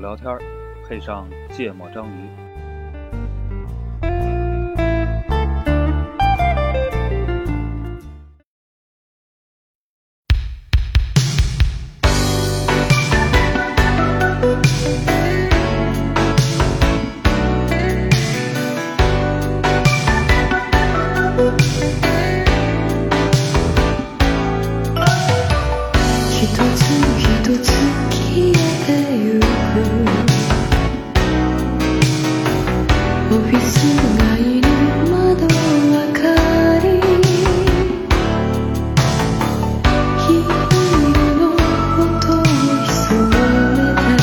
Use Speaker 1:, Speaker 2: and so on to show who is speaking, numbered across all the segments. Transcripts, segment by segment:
Speaker 1: 聊天，配上芥末章鱼。
Speaker 2: 一つ一つ消えてゆくオフィス街の窓明かりヒーローの音に潜めて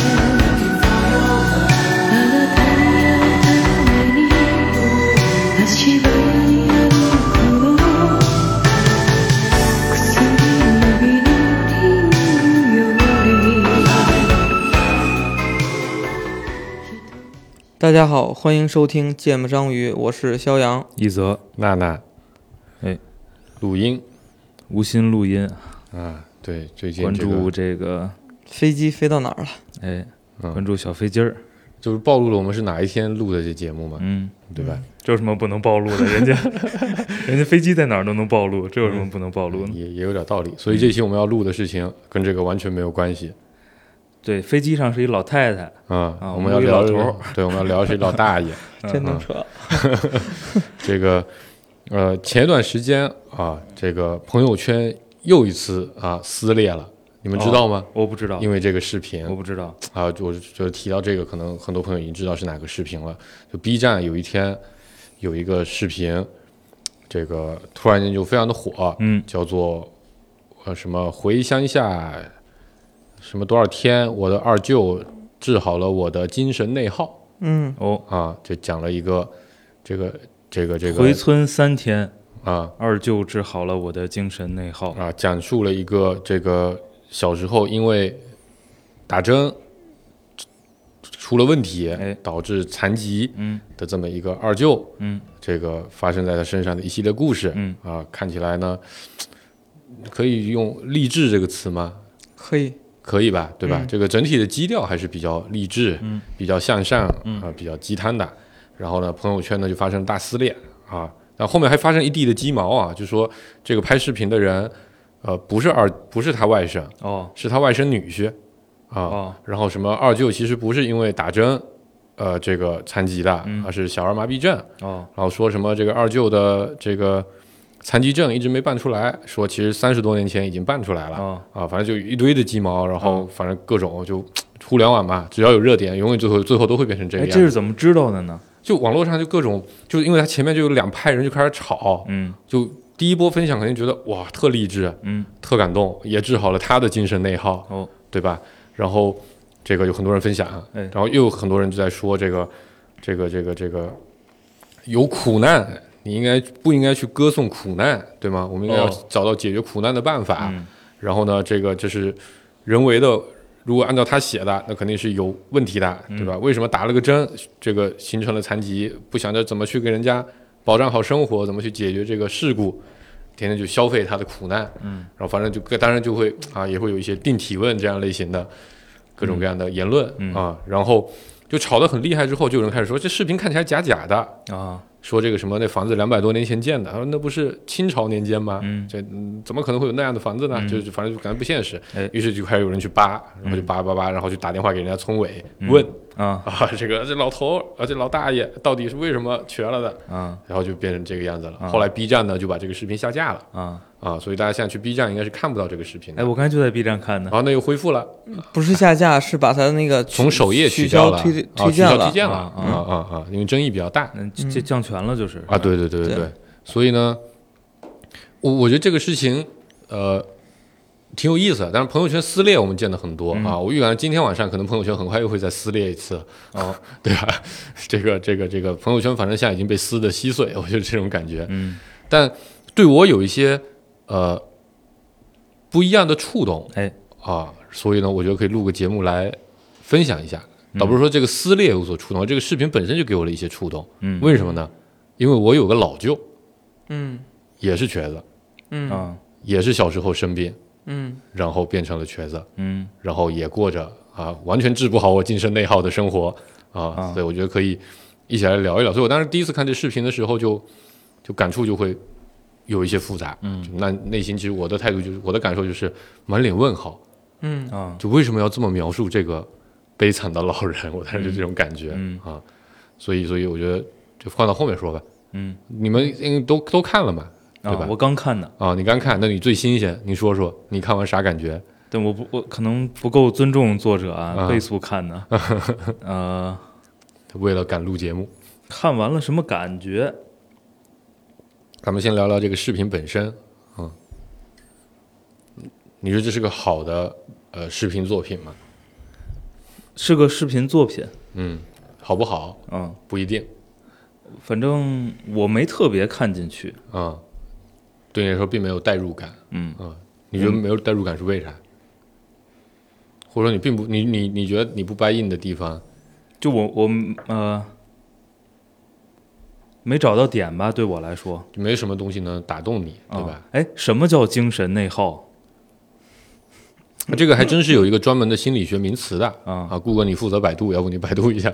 Speaker 2: あなたに会うために足早に歩くの「薬指にりより」
Speaker 3: 大家好，欢迎收听《芥末章鱼》，我是肖阳。
Speaker 4: 一则
Speaker 5: 娜娜，
Speaker 4: 哎，
Speaker 5: 录音
Speaker 4: 无心录音，
Speaker 5: 啊，对，最近
Speaker 4: 关
Speaker 5: 这
Speaker 4: 注
Speaker 5: 个
Speaker 4: 这个，
Speaker 3: 飞机飞到哪儿了？
Speaker 4: 哎，
Speaker 5: 嗯
Speaker 4: 关注小飞机儿，
Speaker 5: 就是暴露了我们是哪一天录的这节目嘛，
Speaker 4: 嗯，
Speaker 5: 对吧？
Speaker 4: 这有什么不能暴露 的？人家，人家飞机在哪儿都能暴露，这有什么不能暴露呢？
Speaker 5: 也也有点道理，所以这期我们要录的事情跟这个完全没有关系
Speaker 4: 对，飞机上是一老太太，
Speaker 5: 啊
Speaker 4: 啊
Speaker 5: 我们要
Speaker 4: 我们一
Speaker 5: 聊
Speaker 4: 老头
Speaker 5: 聊
Speaker 4: 儿，
Speaker 5: 对，我们要聊是老大爷
Speaker 3: 真能扯！
Speaker 5: 这个，呃，前一段时间啊，这个朋友圈又一次啊撕裂了，你们知道吗？
Speaker 4: 我不知道，
Speaker 5: 因为这个视频
Speaker 4: 哦我不知道，
Speaker 5: 啊，我就就提到这个，可能很多朋友已经知道是哪个视频了。就 B 站有一天有一个视频，这个突然间就非常的火，
Speaker 4: 嗯
Speaker 5: 叫做呃什么回乡下，什么多少天，我的二舅治好了我的精神内耗
Speaker 3: 嗯，
Speaker 4: 哦，
Speaker 5: 啊，这讲了一个这个这个这
Speaker 4: 回
Speaker 5: 个
Speaker 4: 村三天，
Speaker 5: 啊
Speaker 4: 二舅治好了我的精神内耗，
Speaker 5: 啊，讲述了一个这个小时候因为打针出了问题
Speaker 4: 哎，
Speaker 5: 导致残疾
Speaker 4: 嗯
Speaker 5: 的这么一个二舅，
Speaker 4: 嗯
Speaker 5: 这个发生在他身上的一系列故事。
Speaker 4: 嗯
Speaker 5: 啊，看起来呢，可以用励志这个词吗？
Speaker 3: 可以，
Speaker 5: 可以吧，对吧？
Speaker 3: 嗯
Speaker 5: 这个整体的基调还是比较励志，
Speaker 4: 嗯
Speaker 5: 比较向上啊、
Speaker 4: 嗯
Speaker 5: 比较鸡汤的。然后呢，朋友圈呢就发生大撕裂啊，然后后面还发生一地的鸡毛啊，就说这个拍视频的人，呃，不是二，不是他外甥，
Speaker 4: 哦
Speaker 5: 是他外甥女婿啊。
Speaker 4: 哦
Speaker 5: 然后什么二舅其实不是因为打针，呃，这个残疾的，
Speaker 4: 嗯
Speaker 5: 而是小儿麻痹症。
Speaker 4: 哦，
Speaker 5: 然后说什么这个二舅的这个残疾证一直没办出来，说其实三十多年前已经办出来了、
Speaker 4: 哦
Speaker 5: 啊，反正就一堆的鸡毛，然后
Speaker 4: 嗯
Speaker 5: 反正各种就互联网嘛，只要有热点，永远最后最后都会变成这个
Speaker 4: 哎，
Speaker 5: 样
Speaker 4: 这
Speaker 5: 子。
Speaker 4: 是怎么知道的呢？
Speaker 5: 就网络上就各种，就是因为他前面就有两派人就开始吵，
Speaker 4: 嗯
Speaker 5: 就第一波分享肯定觉得哇特励志，啊
Speaker 4: 嗯
Speaker 5: 特感动，也治好了他的精神内耗，
Speaker 4: 哦
Speaker 5: 对吧？然后这个有很多人分享，
Speaker 4: 哎
Speaker 5: 然后又有很多人就在说这个，这个，这个，这个有苦难，你应该不应该去歌颂苦难，对吗？我们应该要
Speaker 4: 哦
Speaker 5: 找到解决苦难的办法。
Speaker 4: 嗯
Speaker 5: 然后呢，这个这是人为的，如果按照他写的，那肯定是有问题的，
Speaker 4: 嗯
Speaker 5: 对吧？为什么打了个针，这个形成了残疾，不想着怎么去给人家保障好生活，怎么去解决这个事故，天天就消费他的苦难，
Speaker 4: 嗯，
Speaker 5: 然后反正就各当然就会啊，也会有一些定体问这样类型的各种各样的言论、
Speaker 4: 嗯
Speaker 5: 啊，然后就吵得很厉害之后，就有人开始说这视频看起来假假的，
Speaker 4: 啊
Speaker 5: 说这个什么那房子两百多年前建的，他说那不是清朝年间吗？
Speaker 4: 嗯
Speaker 5: 这嗯怎么可能会有那样的房子呢？就是反正就感觉不现实。
Speaker 4: 哎嗯
Speaker 5: 于是就开始有人去扒，然后就扒扒扒，然后就打电话给人家村委、问
Speaker 4: 啊
Speaker 5: 啊，这个这老头儿啊，这老大爷到底是为什么瘸了的？
Speaker 4: 啊
Speaker 5: 然后就变成这个样子了。后来 B 站呢就把这个视频下架了
Speaker 4: 啊！
Speaker 5: 啊，所以大家现在去 B 站应该是看不到这个视频的。
Speaker 4: 哎，我刚才就在 B 站看呢
Speaker 5: 然。后那又恢复了，
Speaker 3: 不是下架，是把它那个取
Speaker 5: 从首页
Speaker 3: 取
Speaker 5: 消
Speaker 3: 消
Speaker 5: 了，
Speaker 3: 推
Speaker 5: 啊
Speaker 3: 推
Speaker 5: 取
Speaker 3: 荐
Speaker 5: 消推
Speaker 3: 了。
Speaker 5: 荐了
Speaker 4: 啊
Speaker 5: 啊啊啊！因为争议比较大，
Speaker 4: 嗯，这降权了就是
Speaker 5: 啊，，对对对对
Speaker 3: 对
Speaker 5: 对，所以呢，我我觉得这个事情，呃，挺有意思的。但是朋友圈撕裂我们见的很多、
Speaker 3: 嗯
Speaker 5: 啊，我预感今天晚上可能朋友圈很快又会再撕裂一次，
Speaker 4: 哦，
Speaker 5: 对吧？这个这个这个朋友圈反正现在已经被撕的稀碎，我就是这种感觉。
Speaker 4: 嗯，
Speaker 5: 但对我有一些呃不一样的触动
Speaker 4: 哎，
Speaker 5: 啊，所以呢，我觉得可以录个节目来分享一下。倒不是说这个撕裂有所触动，这个视频本身就给我了一些触动。
Speaker 4: 嗯
Speaker 5: 为什么呢？因为我有个老舅，
Speaker 3: 嗯
Speaker 5: 也是瘸子，
Speaker 3: 嗯
Speaker 4: 啊，
Speaker 5: 哦也是小时候生病，
Speaker 3: 嗯
Speaker 5: 然后变成了瘸子，
Speaker 4: 嗯
Speaker 5: 然后也过着啊，完全治不好我精神内耗的生活啊
Speaker 4: 啊，
Speaker 5: 所以我觉得可以一起来聊一聊。所以我当时第一次看这视频的时候就，就感触就会有一些复杂，嗯，那内心其实我的态度就是我的感受就是满脸问号，
Speaker 3: 嗯，
Speaker 4: 啊，
Speaker 5: 就为什么要这么描述这个悲惨的老人？我当时就这种感觉，
Speaker 4: 嗯
Speaker 5: 啊，所以所以我觉得就放到后面说吧，
Speaker 4: 嗯，
Speaker 5: 你们因为都都看了嘛，对吧
Speaker 4: 啊，我刚看的，
Speaker 5: 啊，你刚看，那你最新鲜，你说说你看完啥感觉？
Speaker 4: 但我不，我可能不够尊重作者
Speaker 5: 啊
Speaker 4: 啊，倍速看的， 呃，
Speaker 5: 为了赶录节目，
Speaker 4: 看完了什么感觉？
Speaker 5: 咱们先聊聊这个视频本身，嗯，你说这是个好的呃视频作品吗？
Speaker 4: 是个视频作品，
Speaker 5: 嗯，好不好
Speaker 4: 嗯，
Speaker 5: 不一定
Speaker 4: 反正我没特别看进去，
Speaker 5: 啊、嗯，对你来说并没有代入感，
Speaker 4: 嗯
Speaker 5: 啊、你觉得没有代入感是为啥？或者说你并不，你你你觉得你不 buy in 的地方，
Speaker 4: 就我我呃没找到点吧，对我来说，
Speaker 5: 就没什么东西能打动你，对吧
Speaker 4: 啊？？哎，什么叫精神内耗？
Speaker 5: 那这个还真是有一个专门的心理学名词的
Speaker 4: 啊
Speaker 5: 啊，顾哥你负责百度，要不你百度一下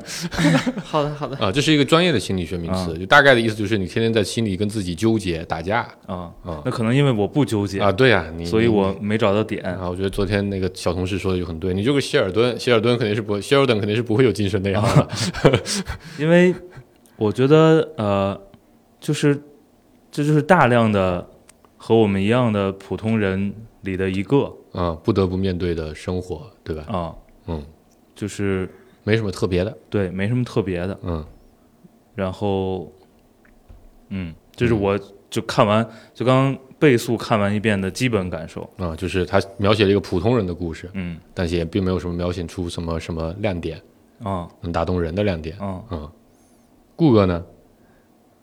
Speaker 3: 好的好的，
Speaker 5: 啊，这是一个专业的心理学名
Speaker 4: 哦
Speaker 5: 词，就大概的意思就是你天天在心里跟自己纠结打架
Speaker 4: 啊
Speaker 5: 啊，
Speaker 4: 那可能因为我不纠结，
Speaker 5: 啊，对呀、你
Speaker 4: 所以
Speaker 5: 你
Speaker 4: 我没找到点。
Speaker 5: 啊，我觉得昨天那个小同事说的就很对，你就是希尔顿，希尔顿肯定是不，希尔顿肯定是不会有精 神内耗的，
Speaker 4: 因为我觉得呃，就是这就是大量的和我们一样的普通人里的一个
Speaker 5: 啊，不得不面对的生活，对吧？
Speaker 4: 啊，
Speaker 5: 嗯，
Speaker 4: 就是
Speaker 5: 没什么特别的，
Speaker 4: 对，没什么特别的。
Speaker 5: 嗯
Speaker 4: 然后，嗯，这是我就看完就刚倍速看完一遍的基本感受。
Speaker 5: 啊，就是他描写了一个普通人的故事，
Speaker 4: 嗯
Speaker 5: 但是也并没有什么描写出什么什么亮点，
Speaker 4: 啊
Speaker 5: 能打动人的亮点。
Speaker 4: 啊，
Speaker 5: 嗯，顾哥呢？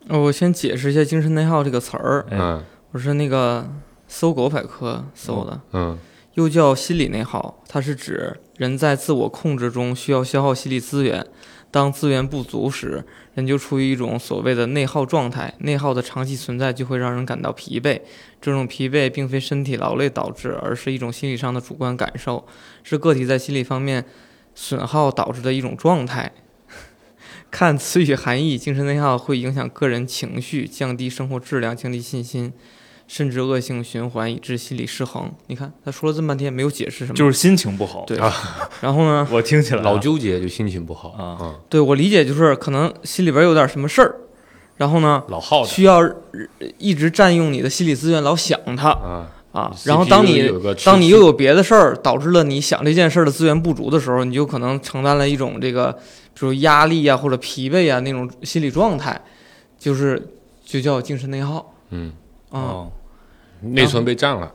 Speaker 3: 呃我先解释一下“精神内耗”这个词儿，
Speaker 4: 哎
Speaker 5: 嗯
Speaker 3: 我是那个搜狗百科搜的，
Speaker 5: 嗯
Speaker 3: 又叫心理内耗，它是指人在自我控制中需要消耗心理资源，当资源不足时，人就处于一种所谓的内耗状态。内耗的长期存在就会让人感到疲惫，这种疲惫并非身体劳累导致，而是一种心理上的主观感受，是个体在心理方面损耗导致的一种状态。 看词语含义，精神内耗会影响个人情绪，降低生活质量，降低信心。甚至恶性循环，以致心理失衡。你看，他说了这么半天没有解释什么，
Speaker 4: 就是心情不好。
Speaker 3: 嗯对然后呢，
Speaker 4: 我听起来啊
Speaker 5: 老纠结就心情不好
Speaker 4: 啊
Speaker 5: 嗯
Speaker 3: 对我理解就是可能心里边有点什么事儿，然后呢，
Speaker 5: 老耗的
Speaker 3: 需要呃一直占用你的心理资源，老想它
Speaker 5: 啊，
Speaker 3: 啊。
Speaker 5: CPU
Speaker 3: 然后当你
Speaker 5: 有个吃
Speaker 3: 当你
Speaker 5: 醋
Speaker 3: 又有别的事儿导致了你想这件事儿的资源不足的时候，你就可能承担了一种这个，比如压力啊或者疲惫啊那种心理状态，就是就叫精神内耗
Speaker 5: 嗯，
Speaker 3: 啊。
Speaker 4: 哦
Speaker 5: 内存被占了，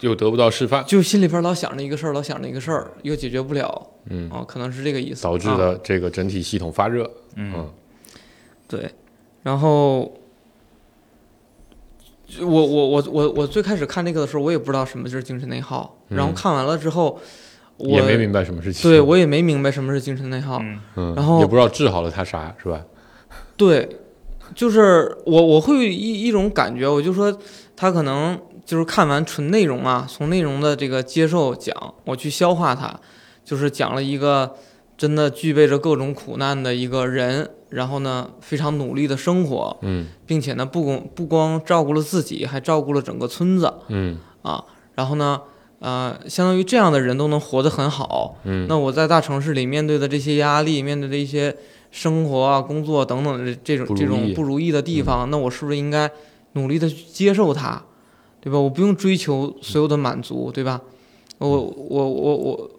Speaker 5: 又得不到释放，
Speaker 3: 啊就心里边老想着一个事儿，老想着一个事儿，又解决不了，
Speaker 5: 嗯，
Speaker 3: 哦，可能是这个意思
Speaker 5: 导致
Speaker 3: 啊
Speaker 5: 的这个整体系统发热，
Speaker 4: 嗯
Speaker 5: 嗯
Speaker 3: 对，然后就我我我我我最开始看这个的时候，我也不知道什么就是精神内耗，然后
Speaker 5: 嗯
Speaker 3: 看完了之后，我
Speaker 5: 也没明白什么事情，
Speaker 3: 对我也没明白什么是精神内耗，
Speaker 4: 嗯
Speaker 5: 嗯，
Speaker 3: 然后
Speaker 5: 也不知道治好了他啥，是吧？
Speaker 3: 对，就是我我会有一一种感觉，我就说他可能就是看完纯内容啊，从内容的这个接受讲，我去消化它，就是讲了一个真的具备着各种苦难的一个人，然后呢非常努力的生活，
Speaker 5: 嗯
Speaker 3: 并且呢，不光不光照顾了自己，还照顾了整个村子
Speaker 5: 嗯
Speaker 3: 啊。然后呢，呃，相当于这样的人都能活得很好。
Speaker 5: 嗯
Speaker 3: 那我在大城市里面对的这些压力，面对的一些生活啊、工作等等的这种
Speaker 5: 不如意
Speaker 3: 这
Speaker 5: 嗯
Speaker 3: 种不如意的地方，那我是不是应该努力的去接受它，对吧？我不用追求所有的满足，对吧？我我我我，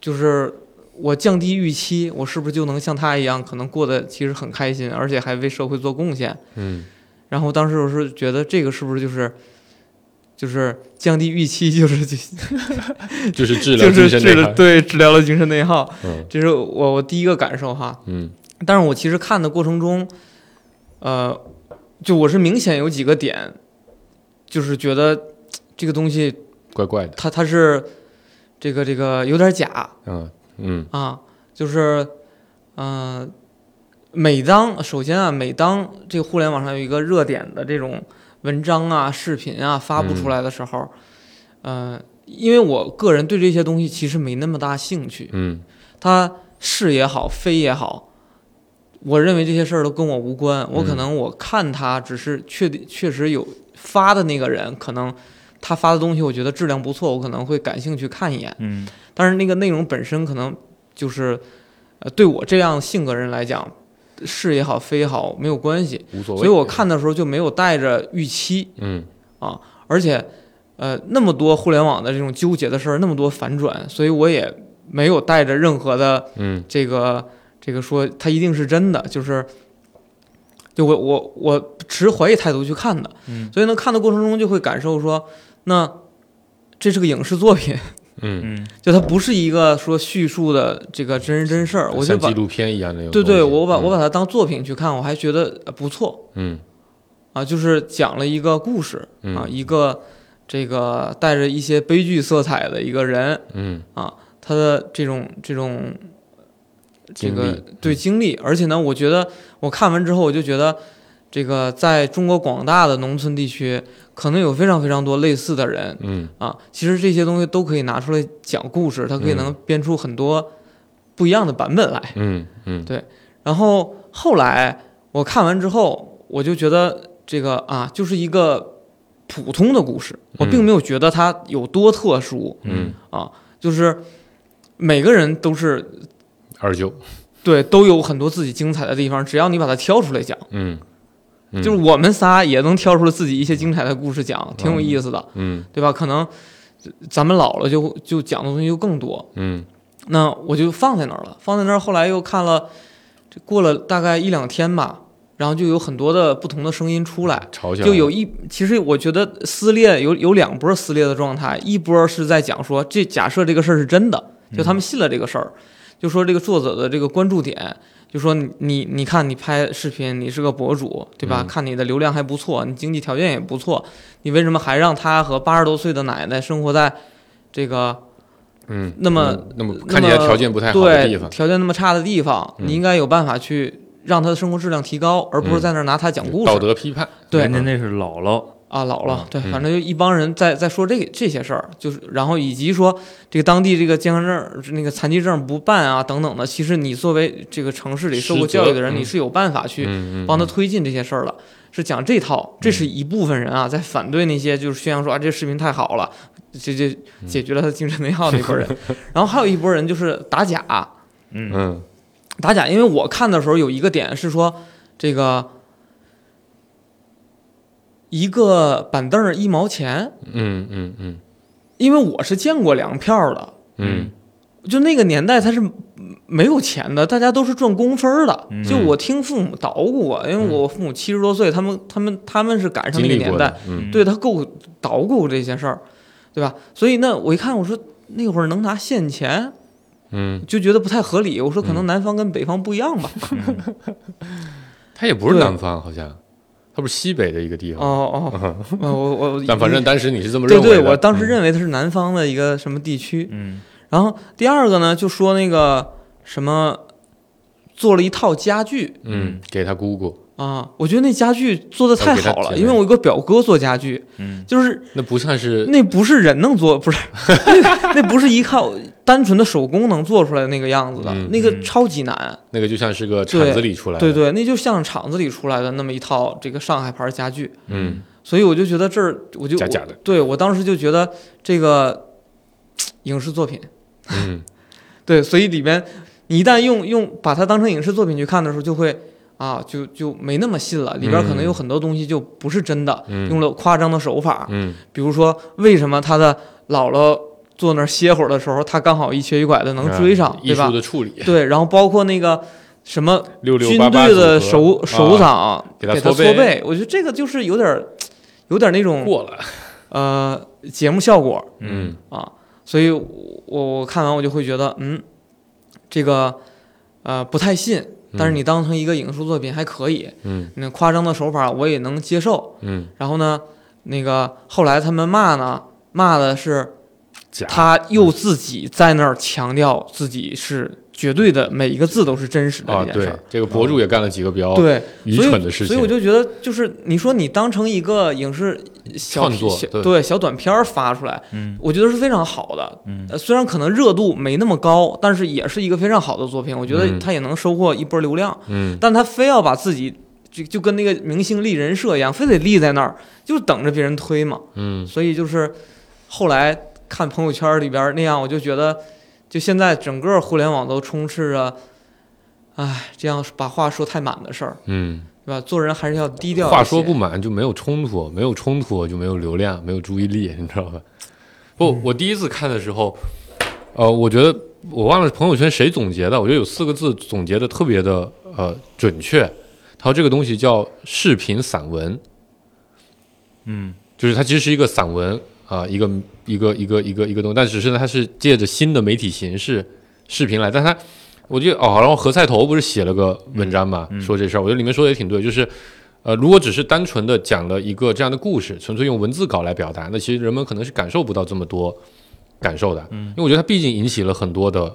Speaker 3: 就是我降低预期，我是不是就能像他一样，可能过得其实很开心，而且还为社会做贡献？
Speaker 5: 嗯
Speaker 3: 然后当时我是觉得这个是不是就是就是降低预期，就是就
Speaker 5: 嗯，就是治疗
Speaker 3: 是
Speaker 5: 精神内
Speaker 3: 治了
Speaker 5: 耗，
Speaker 3: 对治疗了精神内耗，
Speaker 5: 嗯
Speaker 3: 这是我我第一个感受哈。
Speaker 5: 嗯
Speaker 3: 但是我其实看的过程中，呃，就我是明显有几个点，就是觉得嘖这个东西
Speaker 5: 怪怪的，
Speaker 3: 它它是这个这个有点假
Speaker 5: 嗯嗯
Speaker 3: 啊，就是嗯。呃每当首先啊，每当这个互联网上有一个热点的这种文章啊、视频啊发布出来的时候，嗯、呃，因为我个人对这些东西其实没那么大兴趣，
Speaker 5: 嗯
Speaker 3: 它是也好，非也好，我认为这些事儿都跟我无关。我可
Speaker 5: 嗯
Speaker 3: 能我看它只是确定确实有发的那个人，可能他发的东西我觉得质量不错，我可能会感兴趣看一眼。
Speaker 4: 嗯
Speaker 3: 但是那个内容本身可能就是，呃，对我这样性格人来讲，是也好，非也好没有关系。
Speaker 5: 无所谓。
Speaker 3: 所以我看的时候就没有带着预期，
Speaker 5: 嗯
Speaker 3: 而且，呃，那么多互联网的这种纠结的事儿，那么多反转，所以我也没有带着任何的
Speaker 5: 嗯
Speaker 3: 这个这个说它一定是真的，就是就我我我持怀疑态度去看的，
Speaker 4: 嗯
Speaker 3: 所以呢，看的过程中就会感受说，那这是个影视作品，
Speaker 5: 嗯，
Speaker 4: 嗯
Speaker 3: 就它不是一个说叙述的这个真人真事儿，我就
Speaker 5: 嗯像
Speaker 3: 把
Speaker 5: 纪录片一样那种
Speaker 3: 对
Speaker 5: 东西。
Speaker 3: 对，我把
Speaker 5: 嗯
Speaker 3: 我把它当作品去看，我还觉得呃不错，
Speaker 5: 嗯
Speaker 3: 啊，就是讲了一个故事
Speaker 5: 嗯
Speaker 3: 啊，一个这个带着一些悲剧色彩的一个人，
Speaker 5: 嗯
Speaker 3: 他的这种这种这
Speaker 5: 经
Speaker 3: 个
Speaker 5: 历
Speaker 3: 对经历，而且呢，我觉得我看完之后，我就觉得这个在中国广大的农村地区，可能有非常非常多类似的人
Speaker 5: 嗯
Speaker 3: 啊。其实这些东西都可以拿出来讲故事，它可以
Speaker 5: 嗯
Speaker 3: 能编出很多不一样的版本来。
Speaker 5: 嗯嗯
Speaker 3: 然后后来我看完之后，我就觉得这个啊，就是一个普通的故事，我并没有觉得它有多特殊，啊
Speaker 5: 嗯，
Speaker 3: 就是每个人都是
Speaker 5: 二舅，
Speaker 3: 对都有很多自己精彩的地方，只要你把它挑出来讲，
Speaker 5: 嗯嗯
Speaker 3: 就是我们仨也能挑出来自己一些精彩的故事讲，挺有意思的，
Speaker 5: 嗯
Speaker 3: 对吧？可能咱们老了就就讲的东西就更多，
Speaker 5: 嗯
Speaker 3: 那我就放在那儿了，放在那儿。后来又看了，这过了大概一两天吧，然后就有很多的不同的声音出来，
Speaker 5: 嘲笑
Speaker 3: 就有一其实我觉得撕裂有有两波撕裂的状态，一波是在讲说这假设这个事儿是真的，就他们信了这个事儿，就说这个作者的这个关注点。就说你你你看你拍视频，你是个博主，对吧？
Speaker 5: 嗯
Speaker 3: 看你的流量还不错，你经济条件也不错，你为什么还让他和八十多岁的奶奶生活在这个
Speaker 5: 嗯
Speaker 3: 那么
Speaker 5: 嗯那么看起来条件不太好的
Speaker 3: 对
Speaker 5: 地方，
Speaker 3: 条件那么差的地方，
Speaker 5: 嗯
Speaker 3: 你应该有办法去让他的生活质量提高，而不是在那儿拿他讲故
Speaker 5: 道
Speaker 3: 事。
Speaker 5: 德批判。
Speaker 3: 对
Speaker 4: 人家那是姥姥，
Speaker 3: 啊，老了，对，
Speaker 5: 嗯
Speaker 3: 反正就一帮人在在说这个这些事儿，就是然后以及说这个当地这个健康证儿那个残疾证不办啊等等的，其实你作为这个城市里受过
Speaker 5: 实则
Speaker 3: 教育的人，
Speaker 5: 嗯
Speaker 3: 你是有办法去
Speaker 5: 嗯嗯，嗯
Speaker 3: 帮他推进这些事儿了。是讲这套，这是一部分人啊，在反对那些就是宣扬说啊，这视频太好了，这这
Speaker 5: 嗯
Speaker 3: 解决了他精神内耗那波 人。然后还有一波人就是打假，
Speaker 4: 嗯
Speaker 5: 嗯
Speaker 3: 打假，因为我看的时候有一个点是说，这个一个板凳儿一毛钱，
Speaker 5: 嗯嗯嗯
Speaker 3: 因为我是见过粮票的，
Speaker 5: 嗯
Speaker 3: 就那个年代它是没有钱的，大家都是赚工分儿的。
Speaker 4: 嗯
Speaker 3: 就我听父母捣鼓过，因为我父母七十多岁，他们他们他们是赶
Speaker 5: 嗯，
Speaker 3: 上
Speaker 5: 经
Speaker 3: 那个
Speaker 5: 历
Speaker 3: 年
Speaker 5: 过
Speaker 3: 代，
Speaker 5: 的，嗯
Speaker 4: 嗯
Speaker 3: 对他够捣鼓这些事儿，对吧？所以那我一看，我说那会儿能拿现钱，
Speaker 5: 嗯，
Speaker 3: 就觉得不太合理。我说可能南方跟北方不一样吧。
Speaker 4: 嗯
Speaker 5: 他也不是
Speaker 3: 对
Speaker 5: 南方，好像他不是西北的一个地方。
Speaker 3: 哦哦， 哦我我
Speaker 5: 但反正当时你是这么
Speaker 3: 对
Speaker 5: 认为的，
Speaker 3: 对，我当时
Speaker 5: 嗯
Speaker 3: 认为它是南方的一个什么地区。
Speaker 4: 嗯
Speaker 3: 然后第二个呢，就说那个什么做了一套家具
Speaker 5: 嗯，给他姑姑，
Speaker 3: 啊，我觉得那家具做的太
Speaker 5: 哎要给他
Speaker 3: 好了，
Speaker 5: 钱
Speaker 3: 因为我有个表哥做家具，
Speaker 4: 嗯
Speaker 3: 就是
Speaker 5: 那不算是
Speaker 3: 那不是人能做，不是 那那不是一靠单纯的手工能做出来的那个样子的，
Speaker 5: 嗯
Speaker 3: 那个
Speaker 4: 嗯
Speaker 3: 超级难。
Speaker 5: 那个，就像是个厂子里出来的，
Speaker 3: 对对，那就像厂子里出来的那么一套这个上海牌家具。
Speaker 5: 嗯
Speaker 3: 所以我就觉得这儿，我就
Speaker 5: 假假
Speaker 3: 我
Speaker 5: 的
Speaker 3: 对我当时就觉得这个影视作品，
Speaker 5: 嗯
Speaker 3: 对，所以里边你一旦用用把它当成影视作品去看的时候，就会啊，就就没那么信了。里边可能有很多东西就不是真的，
Speaker 5: 嗯
Speaker 3: 用了啊夸张的手法，
Speaker 5: 嗯
Speaker 3: 比如说为什么他的姥姥坐那儿歇会儿的时候，他刚好一瘸一拐的能追上，
Speaker 5: 啊艺
Speaker 3: 对
Speaker 5: 术
Speaker 3: 吧？
Speaker 5: 的处理，
Speaker 3: 对，然后包括那个什么
Speaker 5: 六六
Speaker 3: 军
Speaker 5: 八八
Speaker 3: 队的
Speaker 5: 组
Speaker 3: 手
Speaker 5: 合
Speaker 3: 手
Speaker 5: 啊
Speaker 3: 掌
Speaker 5: 给他
Speaker 3: 他
Speaker 5: 搓
Speaker 3: 搓
Speaker 5: 背
Speaker 3: 背，我觉得这个就是有点儿有点儿那种
Speaker 5: 过了，
Speaker 3: 呃节目效果
Speaker 5: 嗯
Speaker 3: 啊，所以我我看完我就会觉得，嗯，这个呃不太信，但是你当成一个影视作品还可以，
Speaker 5: 嗯
Speaker 3: 那夸张的手法我也能接受。
Speaker 5: 嗯
Speaker 3: 然后呢，那个后来他们骂呢，骂的是
Speaker 5: 假
Speaker 3: 他又自己在那儿强调自己是绝对的每一个字都是真实的
Speaker 5: 啊，
Speaker 3: 这件
Speaker 5: 对
Speaker 3: 事儿。，
Speaker 5: 这个博主也干了几个比较
Speaker 3: 对，
Speaker 5: 愚
Speaker 3: 所以
Speaker 5: 蠢的事
Speaker 3: 所以我
Speaker 5: 情，
Speaker 3: 就觉得，就是你说你当成一个影视小
Speaker 5: 创作
Speaker 3: 小
Speaker 5: 对
Speaker 3: 对小短片儿发出来，
Speaker 4: 嗯
Speaker 3: 我觉得是非常好的。
Speaker 4: 嗯
Speaker 3: 呃，虽然可能热度没那么高，但是也是一个非常好的作品。我觉得
Speaker 5: 嗯
Speaker 3: 他也能收获一波流量，
Speaker 5: 嗯，
Speaker 3: 但他非要把自己就就跟那个明星立人设一样，非得立在那儿，就等着别人推嘛。
Speaker 5: 嗯，
Speaker 3: 所以就是后来看朋友圈里边那样，我就觉得，就现在整个互联网都充斥着，哎，这样把话说太满的事儿，
Speaker 5: 嗯，
Speaker 3: 对吧？做人还是要低调一些。
Speaker 5: 话说不满就没有冲突，没有冲突就没有流量，没有注意力，你知道吧？
Speaker 3: 嗯
Speaker 5: 不，我第一次看的时候，呃，我觉得我忘了朋友圈谁总结的，我觉得有四个字总结的特别的呃准确。他说这个东西叫视频散文，
Speaker 4: 嗯
Speaker 5: 就是它其实是一个散文啊、一个一个一个一个一个东西，但只是呢，它是借着新的媒体形式视频来，但它我记得哦，然后何菜头不是写了个文章嘛，说这事儿，我觉得里面说的也挺对，就是。呃，如果只是单纯的讲了一个这样的故事，纯粹用文字稿来表达，那其实人们可能是感受不到这么多感受的，因为我觉得它毕竟引起了很多的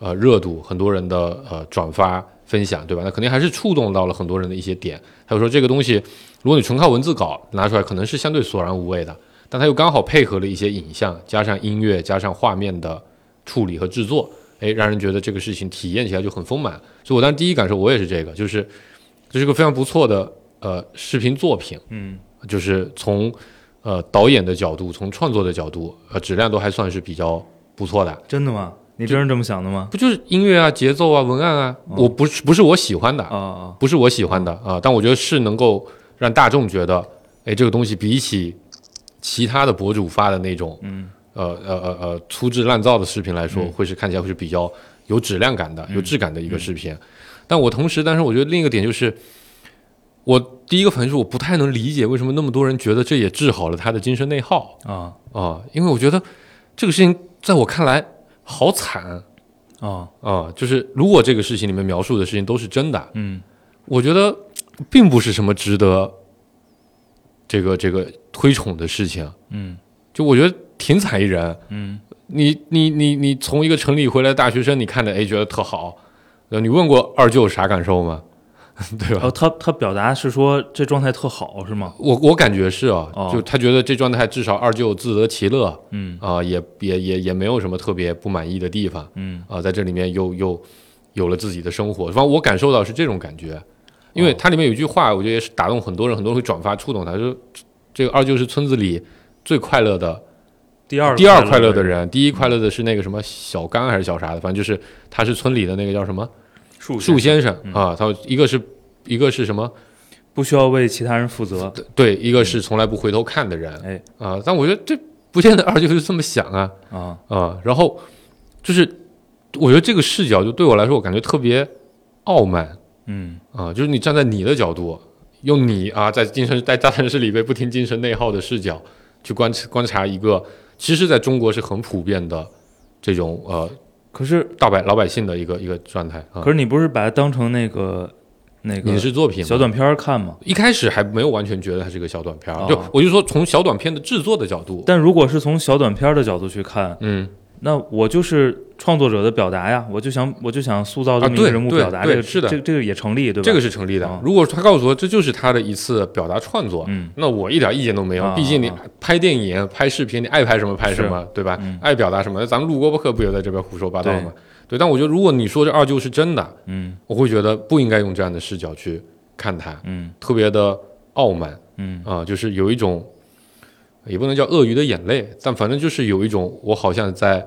Speaker 5: 呃热度，很多人的呃转发分享，对吧？那肯定还是触动到了很多人的一些点。还有说这个东西，如果你纯靠文字稿拿出来，可能是相对索然无味的，但它又刚好配合了一些影像，加上音乐，加上画面的处理和制作，哎，让人觉得这个事情体验起来就很丰满。所以我当时第一感受，我也是这个，就是这是个非常不错的呃视频作品，
Speaker 4: 嗯
Speaker 5: 就是从呃导演的角度，从创作的角度，呃质量都还算是比较不错的。
Speaker 4: 真的吗？你真是这么想的吗？
Speaker 5: 不就是音乐啊、节奏啊、文案啊？我不是不是我喜欢的，
Speaker 4: 啊啊，
Speaker 5: 不是我喜欢的啊，但我觉得是能够让大众觉得，哎，这个东西比起其他的博主发的那种，
Speaker 4: 嗯
Speaker 5: 呃呃呃呃粗制滥造的视频来说，会是看起来会是比较有质量感
Speaker 4: 嗯
Speaker 5: 的、有质感的一个视频。但我同时，但是我觉得另一个点就是，我第一个反应是我不太能理解为什么那么多人觉得这也治好了他的精神内耗
Speaker 4: 啊
Speaker 5: 啊，因为我觉得这个事情在我看来好惨
Speaker 4: 啊，
Speaker 5: 啊，就是如果这个事情里面描述的事情都是真的，
Speaker 4: 嗯
Speaker 5: 我觉得并不是什么值得这个这个推崇的事情。
Speaker 4: 嗯
Speaker 5: 就我觉得挺惨一人，
Speaker 4: 嗯
Speaker 5: 你你你你从一个城里回来的大学生，你看着哎觉得特好，呃你问过二舅啥感受吗？对吧？
Speaker 4: 哦，他他表达是说这状态特好是吗？
Speaker 5: 我我感觉是啊，
Speaker 4: 哦
Speaker 5: 就他觉得这状态至少二舅自得其乐
Speaker 4: 嗯
Speaker 5: 啊、也也也也没有什么特别不满意的地方
Speaker 4: 嗯
Speaker 5: 啊、在这里面又又有了自己的生活，反正我感受到是这种感觉，因为它里面有一句话，我觉得也是打动很多人，很多人会转发触动他，就是这个二舅是村子里最快乐的
Speaker 4: 第二
Speaker 5: 第二快乐
Speaker 4: 的
Speaker 5: 的，人，嗯第一快乐的是那个什么小刚还是小啥的，反正就是他是村里的那个叫什么
Speaker 4: 树
Speaker 5: 树先生
Speaker 4: 嗯
Speaker 5: 啊，他一个是一个是什么
Speaker 4: 不需要为其他人负责。
Speaker 5: 对，嗯一个是从来不回头看的人
Speaker 4: 哎
Speaker 5: 啊，但我觉得这不见得二舅就这么想啊，
Speaker 4: 啊
Speaker 5: 啊，然后就是我觉得这个视角就对我来说，我感觉特别傲慢
Speaker 4: 嗯
Speaker 5: 啊，就是你站在你的角度，用你啊在精神在大城市里被不停精神内耗的视角去观观察一个，其实在中国是很普遍的这种呃
Speaker 4: 可是
Speaker 5: 大百老百姓的一个一个状态啊。
Speaker 4: 可是你不是把它当成那个那个
Speaker 5: 影视作品嘛
Speaker 4: 小短片儿看吗？
Speaker 5: 一开始还没有完全觉得它是个小短片儿，
Speaker 4: 哦
Speaker 5: 就我就说从小短片的制作的角度，
Speaker 4: 但如果是从小短片儿的角度去看，
Speaker 5: 嗯
Speaker 4: 那我就是创作者的表达呀，我就想我就想塑造这
Speaker 5: 啊
Speaker 4: 么一个
Speaker 5: 对
Speaker 4: 人物
Speaker 5: 对
Speaker 4: 表达，
Speaker 5: 对
Speaker 4: 这个
Speaker 5: 是的
Speaker 4: 这这个也成立对吧？
Speaker 5: 这个是成立的
Speaker 4: 哦。
Speaker 5: 如果他告诉我这就是他的一次表达创作，
Speaker 4: 嗯
Speaker 5: 那我一点意见都没有
Speaker 4: 啊，
Speaker 5: 毕竟你
Speaker 4: 啊
Speaker 5: 拍电影、拍视频，你爱拍什么拍什么，对吧
Speaker 4: 嗯？
Speaker 5: 爱表达什么，咱们录播播客不也在这边胡说八道吗？对，但我觉得如果你说这二舅是真的，
Speaker 4: 嗯
Speaker 5: 我会觉得不应该用这样的视角去看他，
Speaker 4: 嗯
Speaker 5: 特别的傲慢
Speaker 4: 嗯
Speaker 5: 啊，就是有一种也不能叫鳄鱼的眼泪，但反正就是有一种我好像在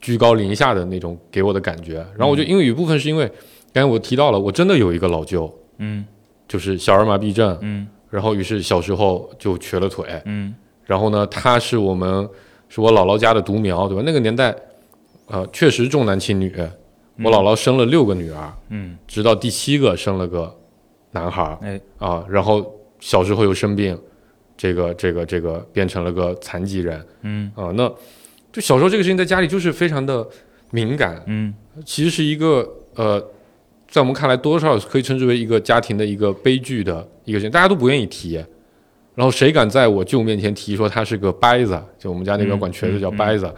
Speaker 5: 居高临下的那种给我的感觉。然后
Speaker 4: 嗯
Speaker 5: 我觉得英语部分是因为刚才我提到了，我真的有一个老舅，
Speaker 4: 嗯
Speaker 5: 就是小儿麻痹症，
Speaker 4: 嗯
Speaker 5: 然后于是小时候就瘸了腿。
Speaker 4: 嗯
Speaker 5: 然后呢，他是我们是我姥姥家的独苗，对吧？那个年代，呃，确实重男轻女。我姥姥生了六个女儿，
Speaker 4: 嗯
Speaker 5: 直到第七个生了个男孩儿
Speaker 4: 哎
Speaker 5: 啊，然后小时候又生病，这个这个这个变成了个残疾人
Speaker 4: 嗯
Speaker 5: 啊。那就小时候这个事情在家里就是非常的敏感，
Speaker 4: 嗯
Speaker 5: 其实是一个呃，在我们看来多少可以称之为一个家庭的一个悲剧的一个事情，大家都不愿意提。然后谁敢在我舅面前提说他是个掰子，就我们家那边管瘸子叫掰子，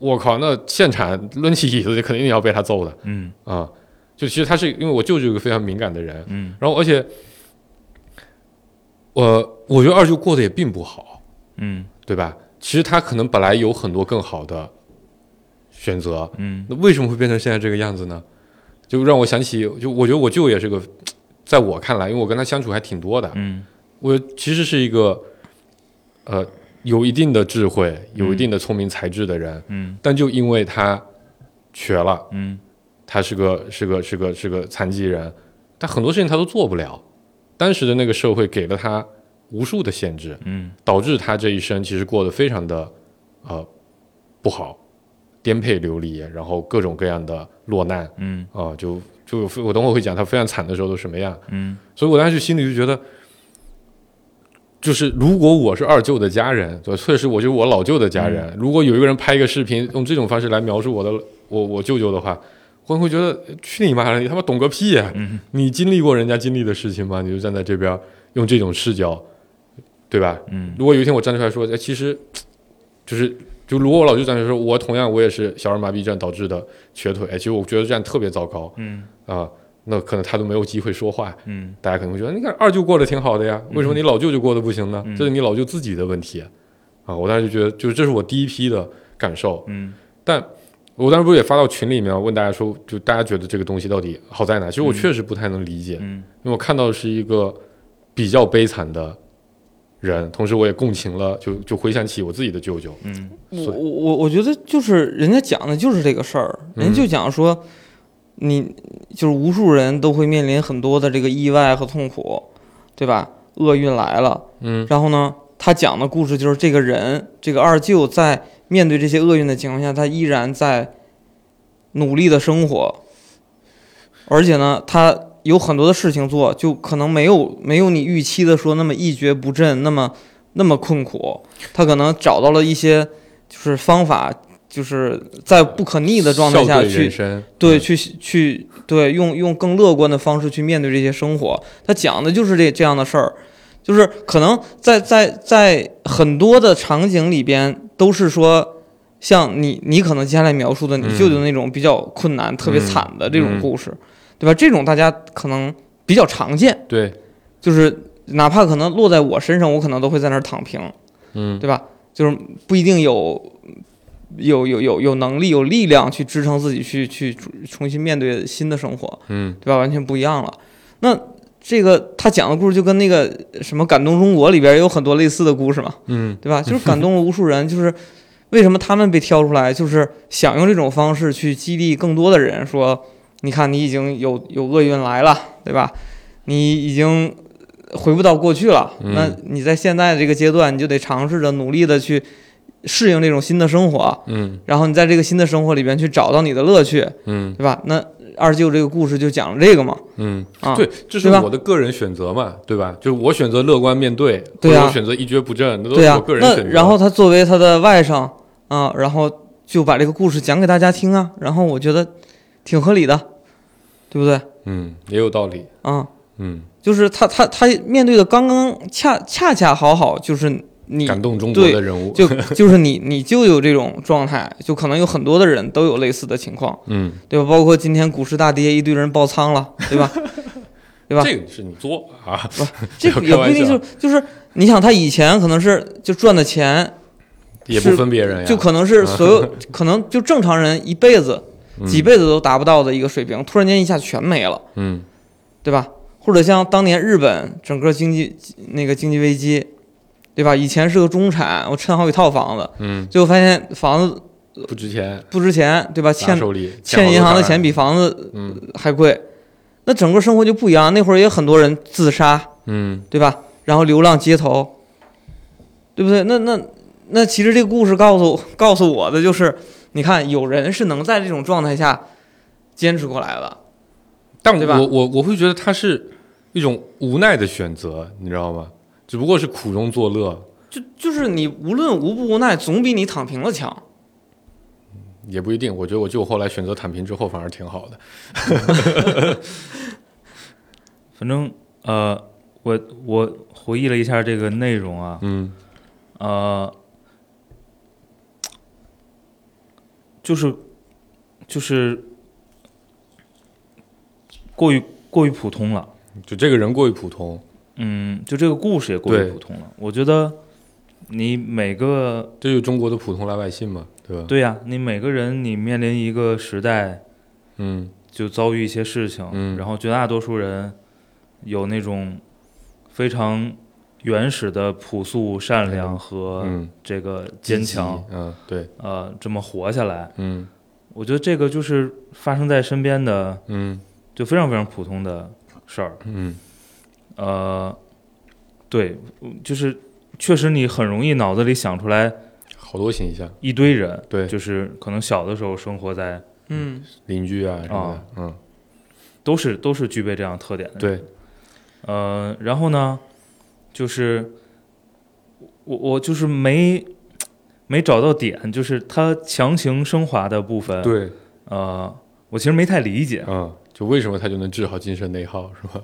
Speaker 5: 我靠，那现场抡起椅子就肯定要被他揍的
Speaker 4: 嗯
Speaker 5: 啊！就其实他是因为我舅舅是个非常敏感的人，
Speaker 4: 嗯
Speaker 5: 然后而且，我我觉得二舅过得也并不好，
Speaker 4: 嗯
Speaker 5: 对吧？其实他可能本来有很多更好的选择，
Speaker 4: 嗯
Speaker 5: 那为什么会变成现在这个样子呢？就让我想起，就我觉得我舅也是个，在我看来，因为我跟他相处还挺多的，
Speaker 4: 嗯
Speaker 5: 我其实是一个，呃，有一定的智慧、有一定的聪明才智的人，
Speaker 4: 嗯
Speaker 5: 但就因为他瘸了，
Speaker 4: 嗯
Speaker 5: 他是个是个是个是个残疾人，他很多事情他都做不了。当时的那个社会给了他无数的限制，
Speaker 4: 嗯
Speaker 5: 导致他这一生其实过得非常的呃不好，颠沛流离，然后各种各样的落难
Speaker 4: 嗯
Speaker 5: 啊、就就我等会儿会讲他非常惨的时候都什么样。
Speaker 4: 嗯
Speaker 5: 所以我当时心里就觉得，就是如果我是二舅的家人，对，确实我就是我老舅的家
Speaker 4: 嗯
Speaker 5: 人。如果有一个人拍一个视频，用这种方式来描述我的我我舅舅的话，我会觉得去你妈的，你他妈懂个屁呀、
Speaker 4: 嗯
Speaker 5: 你经历过人家经历的事情吗？你就站在这边用这种视角，对吧？
Speaker 4: 嗯
Speaker 5: 如果有一天我站出来说，哎，其实就是就如果我老舅站出来说，我同样我也是小儿麻痹症导致的瘸腿，哎，其实我觉得这样特别糟糕
Speaker 4: 嗯
Speaker 5: 啊、那可能他都没有机会说话。
Speaker 4: 嗯
Speaker 5: 大家可能会觉得，你看二舅过得挺好的呀，为什么你老舅就过得不行呢？
Speaker 4: 嗯
Speaker 5: 这是你老舅自己的问题啊！我当时就觉得，就是这是我第一批的感受。
Speaker 4: 嗯
Speaker 5: 但我当时不是也发到群里面问大家说，就大家觉得这个东西到底好在哪？其实我确实不太能理解，
Speaker 4: 嗯
Speaker 5: 因为我看到的是一个比较悲惨的人，同时我也共情了，就就回想起我自己的舅舅。
Speaker 4: 嗯
Speaker 3: 我
Speaker 5: 所以
Speaker 3: 我我我觉得就是人家讲的就是这个事儿，
Speaker 5: 嗯
Speaker 3: 人家就讲说，你就是无数人都会面临很多的这个意外和痛苦，对吧？厄运来了，
Speaker 5: 嗯
Speaker 3: 然后呢，他讲的故事就是这个人，这个二舅在面对这些厄运的情况下，他依然在努力的生活，而且呢，他有很多的事情做，就可能没有没有你预期的说那么一蹶不振，那么那么困苦，他可能找到了一些就是方法，就是在不可逆的状态
Speaker 5: 笑
Speaker 3: 下
Speaker 5: 对人
Speaker 3: 去
Speaker 5: 生，
Speaker 3: 对，去去对，用用更乐观的方式去面对这些生活。他讲的就是这这样的事儿，就是可能在在在很多的场景里边都是说，像你你可能接下来描述的你
Speaker 5: 嗯
Speaker 3: 舅舅那种比较困难、特别
Speaker 5: 嗯
Speaker 3: 惨的这种
Speaker 5: 嗯
Speaker 3: 故事，对吧？这种大家可能比较常见，
Speaker 5: 对，
Speaker 3: 就是哪怕可能落在我身上，我可能都会在那儿躺平，
Speaker 5: 嗯
Speaker 3: 对吧？就是不一定有有有有有能力、有力量去支撑自己去去重新面对新的生活，
Speaker 5: 嗯
Speaker 3: 对吧？完全不一样了。那这个他讲的故事就跟那个什么《感动中国》里边也有很多类似的故事嘛，
Speaker 5: 嗯
Speaker 3: 对吧？就是感动了无数人，就是为什么他们被挑出来，就是想用这种方式去激励更多的人，说你看你已经有有厄运来了，对吧？你已经回不到过去了，
Speaker 5: 嗯
Speaker 3: 那你在现在这个阶段，你就得尝试着努力的去适应这种新的生活，
Speaker 5: 嗯
Speaker 3: 然后你在这个新的生活里边去找到你的乐趣，
Speaker 5: 嗯
Speaker 3: 对吧？那二舅这个故事就讲了这个嘛，
Speaker 5: 嗯。
Speaker 3: 啊，
Speaker 5: 对，这是
Speaker 3: 对吧
Speaker 5: 我的个人选择嘛，对吧？就是我选择乐观面对，
Speaker 3: 对
Speaker 5: 或者
Speaker 3: 啊
Speaker 5: 我选择一蹶不振，那都
Speaker 3: 对
Speaker 5: 是
Speaker 3: 呀、
Speaker 5: 我个人啊选
Speaker 3: 那
Speaker 5: 择。
Speaker 3: 然后他作为他的外甥啊，然后就把这个故事讲给大家听啊，然后我觉得挺合理的，对不对？
Speaker 5: 嗯，也有道理，
Speaker 3: 啊，
Speaker 5: 嗯，
Speaker 3: 就是他他他面对的刚刚恰恰恰好好就是你
Speaker 5: 感动中国
Speaker 3: 对
Speaker 5: 的人物，
Speaker 3: 就就是你你就有这种状态，就可能有很多的人都有类似的情况，
Speaker 5: 嗯，
Speaker 3: 对吧？包括今天股市大跌，一堆人爆仓了，对 吧？对吧？
Speaker 5: 这个是你作啊，
Speaker 3: 这也
Speaker 5: 不要开
Speaker 3: 不一
Speaker 5: 玩
Speaker 3: 定
Speaker 5: 笑
Speaker 3: 就就是你想他以前可能是就赚的钱，
Speaker 5: 也不分别人呀，
Speaker 3: 就可能是所有， 可能就正常人一辈子、几辈子都达不到的一个水平，突然间一下全没了，
Speaker 5: 嗯
Speaker 3: 对吧？或者像当年日本整个经济那个经济危机，对吧？以前是个中产，我趁好几套房子，
Speaker 5: 嗯，
Speaker 3: 最后发现房子
Speaker 5: 不值钱，
Speaker 3: 不值钱，对吧？
Speaker 5: 拿
Speaker 3: 欠
Speaker 5: 手里
Speaker 3: 欠银行的钱
Speaker 5: 比，
Speaker 3: 比房子
Speaker 5: 嗯
Speaker 3: 还贵，那整个生活就不一样。那会儿也有很多人自杀，
Speaker 5: 嗯
Speaker 3: 对吧？然后流浪街头，对不对？那那那其实这个故事告诉告诉我的就是，你看有人是能在这种状态下坚持过来的，
Speaker 5: 但
Speaker 3: 对吧
Speaker 5: 我我我会觉得他是一种无奈的选择，你知道吗？只不过是苦中作乐，
Speaker 3: 就就是你无论无不无奈，总比你躺平了强。
Speaker 5: 也不一定。我觉得我舅后来选择躺平之后反而挺好的，
Speaker 4: 反正呃，我我回忆了一下这个内容啊，
Speaker 5: 嗯
Speaker 4: 呃，就是就是过于过于普通了。
Speaker 5: 就这个人过于普通，
Speaker 4: 嗯，就这个故事也过于
Speaker 5: 对
Speaker 4: 普通了。我觉得你每个
Speaker 5: 这就是中国的普通老百姓嘛，对吧？
Speaker 4: 对呀、你每个人你面临一个时代，
Speaker 5: 嗯，
Speaker 4: 就遭遇一些事情，
Speaker 5: 嗯
Speaker 4: 然后绝大多数人有那种非常原始的朴素、善良和
Speaker 5: 嗯
Speaker 4: 这个呃坚强，
Speaker 5: 积极，嗯，对，
Speaker 4: 呃，这么活下来。
Speaker 5: 嗯
Speaker 4: 我觉得这个就是发生在身边的，
Speaker 5: 嗯
Speaker 4: 就非常非常普通的事儿。
Speaker 5: 嗯，
Speaker 4: 呃，对，就是确实你很容易脑子里想出来
Speaker 5: 好多形象，
Speaker 4: 一堆人，
Speaker 5: 对
Speaker 4: 就是可能小的时候生活在
Speaker 3: 嗯，
Speaker 5: 邻居啊什么的
Speaker 4: 啊，
Speaker 5: 嗯，
Speaker 4: 都是都是具备这样特点的。，
Speaker 5: 对，
Speaker 4: 呃，然后呢，就是我我就是没没找到点，就是它强行升华的部分。，
Speaker 5: 对，
Speaker 4: 呃，我其实没太理解。
Speaker 5: 嗯，就为什么他就能治好精神内耗是吧？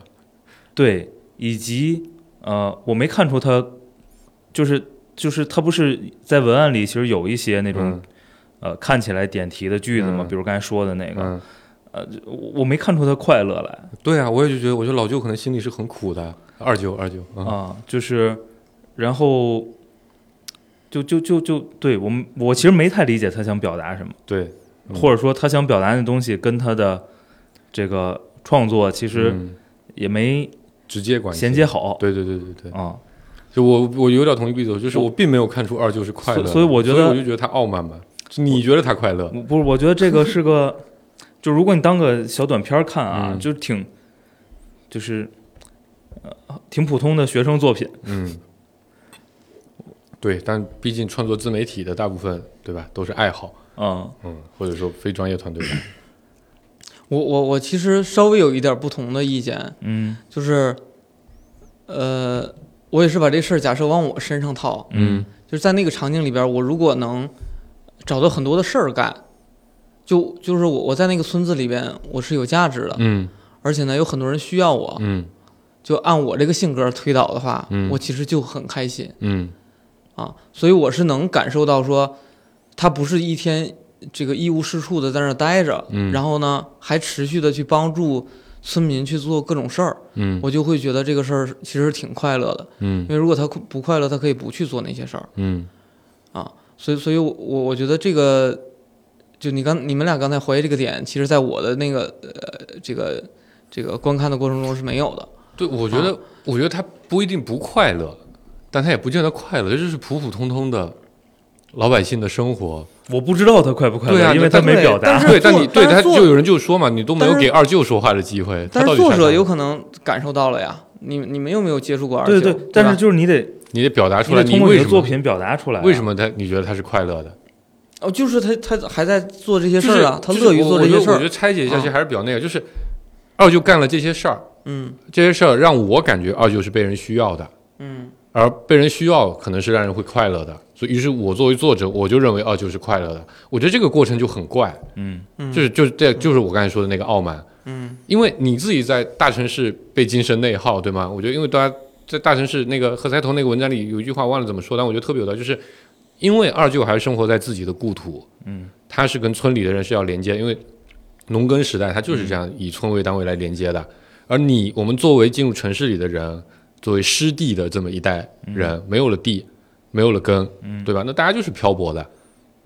Speaker 4: 对，以及呃，我没看出他就是就是他不是在文案里其实有一些那种、
Speaker 5: 嗯
Speaker 4: 呃看起来点题的句子嘛，
Speaker 5: 嗯
Speaker 4: 比如刚才说的那个，
Speaker 5: 嗯，
Speaker 4: 我我没看出他快乐来
Speaker 5: 对啊，我也就觉得，我觉得老舅可能心里是很苦的，二舅二舅，
Speaker 4: 啊、
Speaker 5: 嗯
Speaker 4: 就是然后就就就就对我们我其实没太理解他想表达什么，
Speaker 5: 对，嗯
Speaker 4: 或者说他想表达的东西跟他的这个创作其实
Speaker 5: 嗯
Speaker 4: 也没
Speaker 5: 直接关系
Speaker 4: 衔接，好。
Speaker 5: 对对对对对，
Speaker 4: 啊、
Speaker 5: 就我我有点同意毕总，就是我并没有看出二舅是快乐的，
Speaker 4: 所所以我觉得
Speaker 5: 我就觉得他傲慢吧，是你觉得他快乐，
Speaker 4: 我不是，我觉得这个是个， 就如果你当个小短片儿看啊，
Speaker 5: 嗯
Speaker 4: 就挺，就是，呃，挺普通的学生作品。
Speaker 5: 嗯，对，但毕竟创作自媒体的大部分，对吧，都是爱好，
Speaker 4: 嗯
Speaker 5: 嗯，或者说非专业团队吧，
Speaker 3: 我我我其实稍微有一点不同的意见，
Speaker 4: 嗯
Speaker 3: 就是，呃，我也是把这事儿假设往我身上套，
Speaker 4: 嗯
Speaker 3: 就是在那个场景里边，我如果能找到很多的事儿干，就就是我我在那个村子里边我是有价值的，
Speaker 5: 嗯
Speaker 3: 而且呢有很多人需要我，
Speaker 5: 嗯
Speaker 3: 就按我这个性格推导的话，
Speaker 5: 嗯
Speaker 3: 我其实就很开心
Speaker 5: 嗯
Speaker 3: 啊，所以我是能感受到说，他不是一天这个一无是处的在那儿待着，
Speaker 5: 嗯
Speaker 3: 然后呢还持续的去帮助村民去做各种事儿，
Speaker 5: 嗯
Speaker 3: 我就会觉得这个事儿其实挺快乐的，因
Speaker 5: 嗯
Speaker 3: 为如果他不快乐，他可以不去做那些事儿
Speaker 5: 嗯
Speaker 3: 啊。所以，所以我我我觉得这个，就你刚你们俩刚才怀疑这个点，其实在我的那个呃这个这个观看的过程中是没有的。
Speaker 5: 对，我觉得，我觉得他不一定不快乐，但他也不见得快乐，这就是普普通通的老百姓的生活。
Speaker 4: 我不知道他快不快乐，
Speaker 5: 对啊
Speaker 4: 因为
Speaker 5: 但
Speaker 4: 他没
Speaker 3: 对
Speaker 4: 表达
Speaker 3: 但。是
Speaker 5: 对，
Speaker 3: 做
Speaker 5: 但你对
Speaker 3: 但
Speaker 5: 他
Speaker 3: 是做
Speaker 5: 就有人就说嘛，你都没有
Speaker 3: 但是
Speaker 5: 给二舅说话的机会，他
Speaker 3: 但
Speaker 5: 到
Speaker 3: 是
Speaker 5: 底
Speaker 3: 作
Speaker 5: 啥
Speaker 3: 者
Speaker 5: 感
Speaker 3: 有
Speaker 5: 觉
Speaker 3: 可能感受到了呀，你你们又没有接触过二
Speaker 4: 对
Speaker 3: 舅，
Speaker 4: 对
Speaker 3: 对，
Speaker 4: 但
Speaker 3: 吧
Speaker 4: 是就是你得，
Speaker 5: 你得表达
Speaker 4: 你
Speaker 5: 出来，
Speaker 4: 得通
Speaker 5: 你
Speaker 4: 过你
Speaker 5: 为
Speaker 4: 的
Speaker 5: 什么
Speaker 4: 作品表达出来啊、
Speaker 5: 为什么他你觉得他是快乐的？
Speaker 3: 哦，就是他他还在做这些
Speaker 5: 就
Speaker 3: 事儿啊，他乐于做这些事
Speaker 5: 我觉
Speaker 3: 儿
Speaker 5: 得，拆解一下，
Speaker 3: 啊
Speaker 5: 其实还是比较那个，就是二舅干了这些事儿，
Speaker 3: 嗯
Speaker 5: 这些事儿让我感觉二舅是被人需要的，
Speaker 3: 嗯
Speaker 5: 而被人需要可能是让人会快乐的，所以于是我作为作者，我就认为二舅是快乐的。我觉得这个过程就很怪，
Speaker 4: 嗯
Speaker 3: 嗯，
Speaker 5: 就是就是这就是我刚才说的那个傲慢，
Speaker 3: 嗯
Speaker 5: 因为你自己在大城市被精神内耗，对吗？我觉得因为大家在大城市那个何才头那个文章里有一句话忘了怎么说，但我觉得特别有道理，就是因为二舅还生活在自己的故土，
Speaker 4: 嗯，
Speaker 5: 他是跟村里的人是要连接，因为农耕时代他
Speaker 3: 嗯
Speaker 5: 就是这样以村为单位来连接的，而你我们作为进入城市里的人，作为失地的这么一代
Speaker 3: 嗯
Speaker 5: 人，没有了地，没有了根，对吧？那大家就是漂泊的，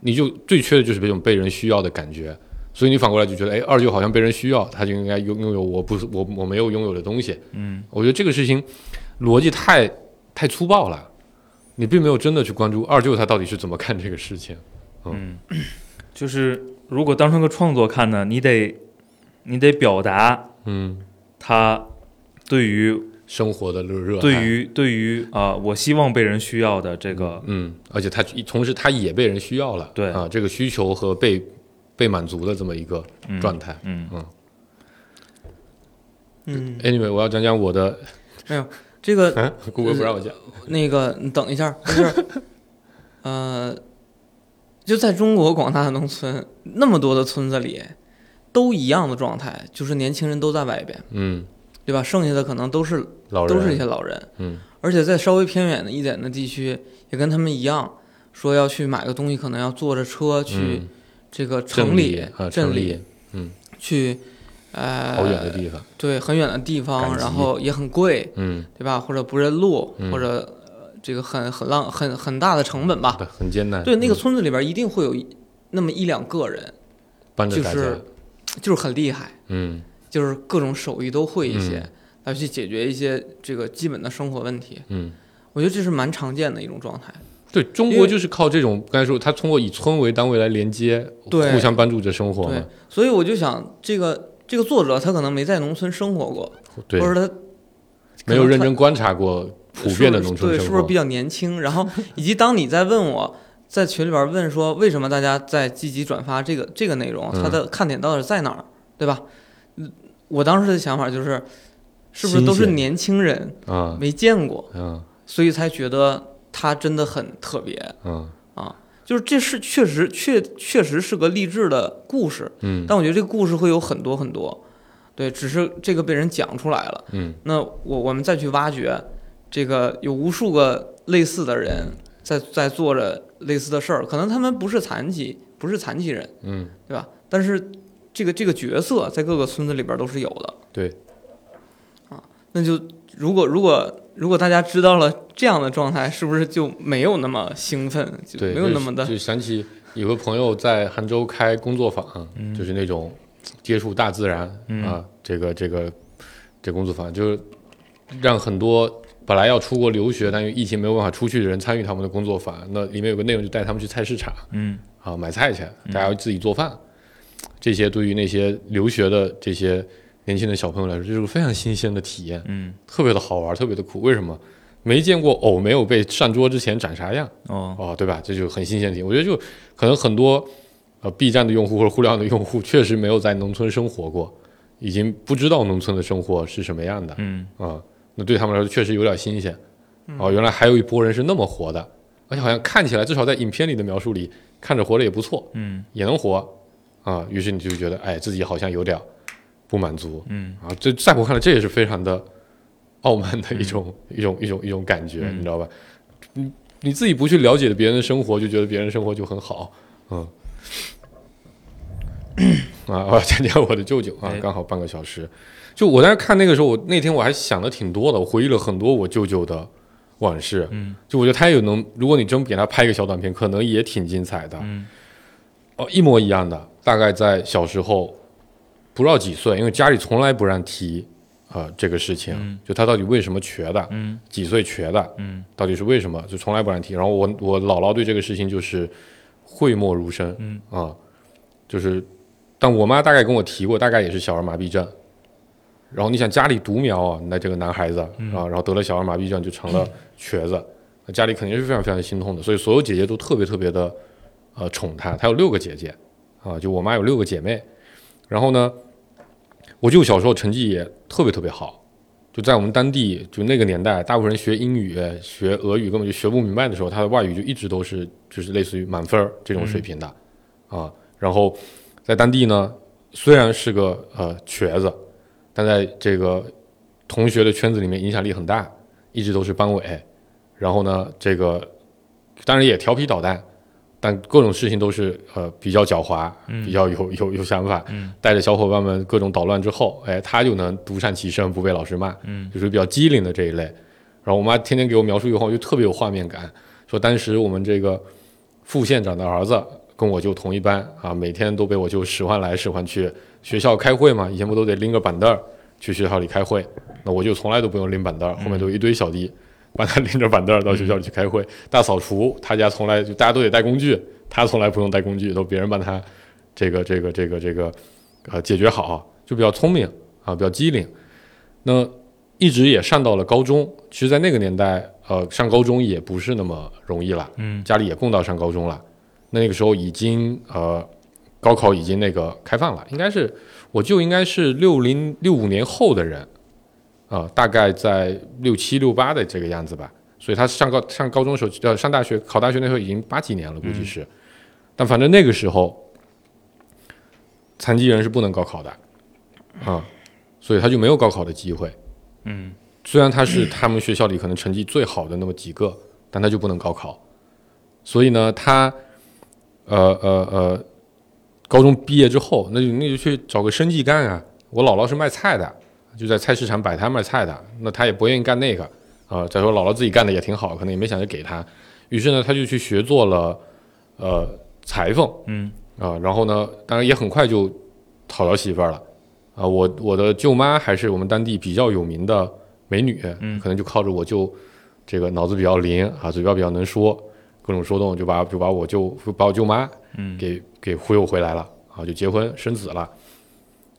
Speaker 5: 你就最缺的就是这种被人需要的感觉。所以你反过来就觉得，哎，二舅好像被人需要，他就应该拥拥有我不是我我没有拥有的东西。
Speaker 4: 嗯，
Speaker 5: 我觉得这个事情逻辑太太粗暴了，你并没有真的去关注二舅他到底是怎么看这个事情。
Speaker 4: 就是如果当成个创作看呢，你得你得表达
Speaker 5: 嗯，
Speaker 4: 他对于
Speaker 5: 生活的热热爱
Speaker 4: 对于对于啊、我希望被人需要的这个，
Speaker 5: 嗯，而且他同时他也被人需要了，
Speaker 4: 对
Speaker 5: 啊，这个需求和被被满足的这么一个状态。
Speaker 4: 嗯
Speaker 3: 嗯，
Speaker 5: Anyway，我要讲讲 我的，
Speaker 3: 这个
Speaker 5: 啊，顾哥不让我讲，
Speaker 3: 那个，你等一下，就是，呃，就在中国广大的农村，那么多的村子里，都一样的状态，就是年轻人都在外边，
Speaker 5: 嗯，
Speaker 3: 对吧？剩下的可能都是
Speaker 5: 老人
Speaker 3: 都是一些老人，
Speaker 5: 嗯，
Speaker 3: 而且在稍微偏远的一点的地区，也跟他们一样，说要去买个东西，可能要坐着车去
Speaker 5: 嗯
Speaker 3: 这个
Speaker 5: 镇
Speaker 3: 城里
Speaker 5: 啊，、
Speaker 3: 镇
Speaker 5: 城里
Speaker 3: 去，呃，
Speaker 5: 好远的地方，
Speaker 3: 对，很远的地
Speaker 5: 赶
Speaker 3: 方，
Speaker 5: 集
Speaker 3: 然后也很贵，
Speaker 5: 嗯，
Speaker 3: 对吧？或者不认路，
Speaker 5: 嗯
Speaker 3: 或者呃这个很很浪很很大的成本吧。
Speaker 5: 对，很艰难。
Speaker 3: 啊对，那个
Speaker 5: 嗯
Speaker 3: 村子里边一定会有一那么一两个人，
Speaker 5: 帮着
Speaker 3: 就
Speaker 5: 大
Speaker 3: 是
Speaker 5: 家，
Speaker 3: 就是很厉害，
Speaker 5: 嗯
Speaker 3: 就是各种手艺都会一些
Speaker 5: 嗯，
Speaker 3: 来去解决一些这个基本的生活问题。
Speaker 5: 嗯，
Speaker 3: 我觉得这是蛮常见的一种状态。
Speaker 5: 对中
Speaker 3: 因
Speaker 5: 国
Speaker 3: 为
Speaker 5: 就是靠这种，刚才说，他通过以村为单位来连接，
Speaker 3: 对
Speaker 5: 互相帮助着生活
Speaker 3: 对
Speaker 5: 嘛，，
Speaker 3: 所以我就想，这个这个作者他可能没在农村生活过，
Speaker 5: 对
Speaker 3: 或，者他
Speaker 5: 没有认真观察过普遍的农村
Speaker 3: 对，
Speaker 5: 生
Speaker 3: 是不是比
Speaker 5: 活。
Speaker 3: 较年轻？然 后以及当你在问我在群里边问说为什么大家在积极转发这个这个内容，
Speaker 5: 嗯
Speaker 3: 它的看点到底在哪儿，对吧？嗯我当时的想法就是，是不是都
Speaker 5: 新
Speaker 3: 是
Speaker 5: 鲜
Speaker 3: 年轻人
Speaker 5: 啊
Speaker 3: 没见过，
Speaker 5: 啊
Speaker 3: 所以才觉得它真的很特别？
Speaker 5: 啊
Speaker 3: 就是这是确实确确实是个励志的故事，
Speaker 5: 嗯
Speaker 3: 但我觉得这个故事会有很多很多，对，只是这个被人讲出来了。
Speaker 5: 嗯，
Speaker 3: 那我我们再去挖掘，这个有无数个类似的人在在做着类似的事儿，可能他们不是残疾，不是残疾人，
Speaker 5: 嗯，
Speaker 3: 对吧？但是这个这个角色在各个村子里边都是有的。
Speaker 5: 对，
Speaker 3: 那就如果如果如果大家知道了这样的状态，是不是就没有那么兴奋，就
Speaker 5: 对，
Speaker 3: 没有
Speaker 5: 就
Speaker 3: 那么的
Speaker 5: 就想起有个朋友在杭州开工作坊，
Speaker 3: 嗯
Speaker 5: 就是那种接触大自然、啊，这个这个这工作坊，就是让很多本来要出国留学，但因为疫情没有办法出去的人参与他们的工作坊。那里面有个内容就带他们去菜市场
Speaker 4: 嗯
Speaker 5: 啊买菜去，
Speaker 3: 嗯
Speaker 5: 大家要自己做饭。这些对于那些留学的这些年轻的小朋友来说，这是个非常新鲜的体验，
Speaker 4: 嗯
Speaker 5: 特别的好玩，特别的酷。为什么？没见过藕没有被上桌之前长啥样。
Speaker 4: 哦
Speaker 5: 哦，对吧？这就很新鲜体。我觉得就可能很多呃 B 站的用户或者互联网的用户确实没有在农村生活过，已经不知道农村的生活是什么样的啊、
Speaker 4: 嗯
Speaker 5: 那对他们来说确实有点新鲜。哦，原来还有一波人是那么活的，而且好像看起来至少在影片里的描述里，看着活着也不错，
Speaker 4: 嗯
Speaker 5: 也能活啊、于是你就觉得，哎，自己好像有点不满足
Speaker 4: 嗯
Speaker 5: 啊。这在我看来，这也是非常的傲慢的一种、一种一种一种感觉，
Speaker 4: 嗯
Speaker 5: 你知道吧？你你自己不去了解别人的生活，就觉得别人生活就很好，嗯。 啊，我要参加我的舅舅啊
Speaker 4: 哎，
Speaker 5: 刚好半个小时。就我在看那个时候，我那天我还想的挺多的，我回忆了很多我舅舅的往事。
Speaker 4: 嗯，
Speaker 5: 就我觉得他也能，如果你真给他拍一个小短片，可能也挺精彩的。
Speaker 4: 嗯，
Speaker 5: 哦，一模一样的，大概在小时候不知道几岁，因为家里从来不让提啊、呃这个事情，
Speaker 4: 嗯
Speaker 5: 就他到底为什么瘸的，
Speaker 4: 嗯
Speaker 5: 几岁瘸的，
Speaker 4: 嗯
Speaker 5: 到底是为什么，就从来不让提。然后我我姥姥对这个事情就是讳莫如深，
Speaker 4: 嗯
Speaker 5: 啊、就是，但我妈大概跟我提过，大概也是小儿麻痹症。然后你想家里独苗啊，那这个男孩子啊，然后得了小儿麻痹症就成了瘸子，那家里肯定是非常非常心痛的，所以所有姐姐都特别特别的呃宠她，她有六个姐姐啊，就我妈有六个姐妹，然后呢，我舅小时候成绩也特别特别好，就在我们当地就那个年代，大部分人学英语、学俄语根本就学不明白的时候，他的外语就一直都是就是类似于满分儿这种水平的、啊。然后在当地呢，虽然是个呃瘸子，但在这个同学的圈子里面影响力很大，一直都是班委。然后呢，这个当然也调皮捣蛋，但各种事情都是呃比较狡猾，比较有有有想法，带着小伙伴们各种捣乱之后，哎，他就能独善其身，不被老师骂，
Speaker 4: 嗯，
Speaker 5: 就属于比较机灵的这一类。然后我妈天天给我描述以后，我就特别有画面感，说当时我们这个副县长的儿子跟我舅同一班啊，每天都被我舅使唤来使唤去，学校开会嘛，以前不都得拎个板凳儿去学校里开会，那我就从来都不用拎板凳儿，后面都有一堆小弟把他拎着板凳儿到学校里去开会。大扫除，他家从来就大家都得带工具，他从来不用带工具，都别人帮他这个这个这个这个呃解决好，就比较聪明啊，比较机灵。那一直也上到了高中，其实，在那个年代，呃，上高中也不是那么容易了，
Speaker 4: 嗯
Speaker 5: 家里也供到上高中了。那个时候已经呃，高考已经那个开放了，应该是我就应该是六零六五年后的人啊、大概在六七六八的这个样子吧。所以他上高上高中的时候，呃，上大学考大学那时候已经八几年了，估计是。但反正那个时候，残疾人是不能高考的啊，所以他就没有高考的机会。
Speaker 4: 嗯
Speaker 5: 虽然他是他们学校里可能成绩最好的那么几个，但他就不能高考。所以呢，他呃呃呃，高中毕业之后，那就那就去找个生计干啊。我姥姥是卖菜的，就在菜市场摆摊卖菜的，那她也不愿意干那个啊、再说姥姥自己干的也挺好，可能也没想着给她，于是呢，她就去学做了呃裁缝，
Speaker 4: 嗯
Speaker 5: 啊、然后呢，当然也很快就讨到媳妇儿了啊、我我的舅妈还是我们当地比较有名的美女，
Speaker 4: 嗯
Speaker 5: 可能就靠着我舅这个脑子比较灵啊，嘴巴比较能说，各种说动就把就把我舅把我舅妈
Speaker 4: 嗯
Speaker 5: 给给忽悠回来了啊，就结婚生子了。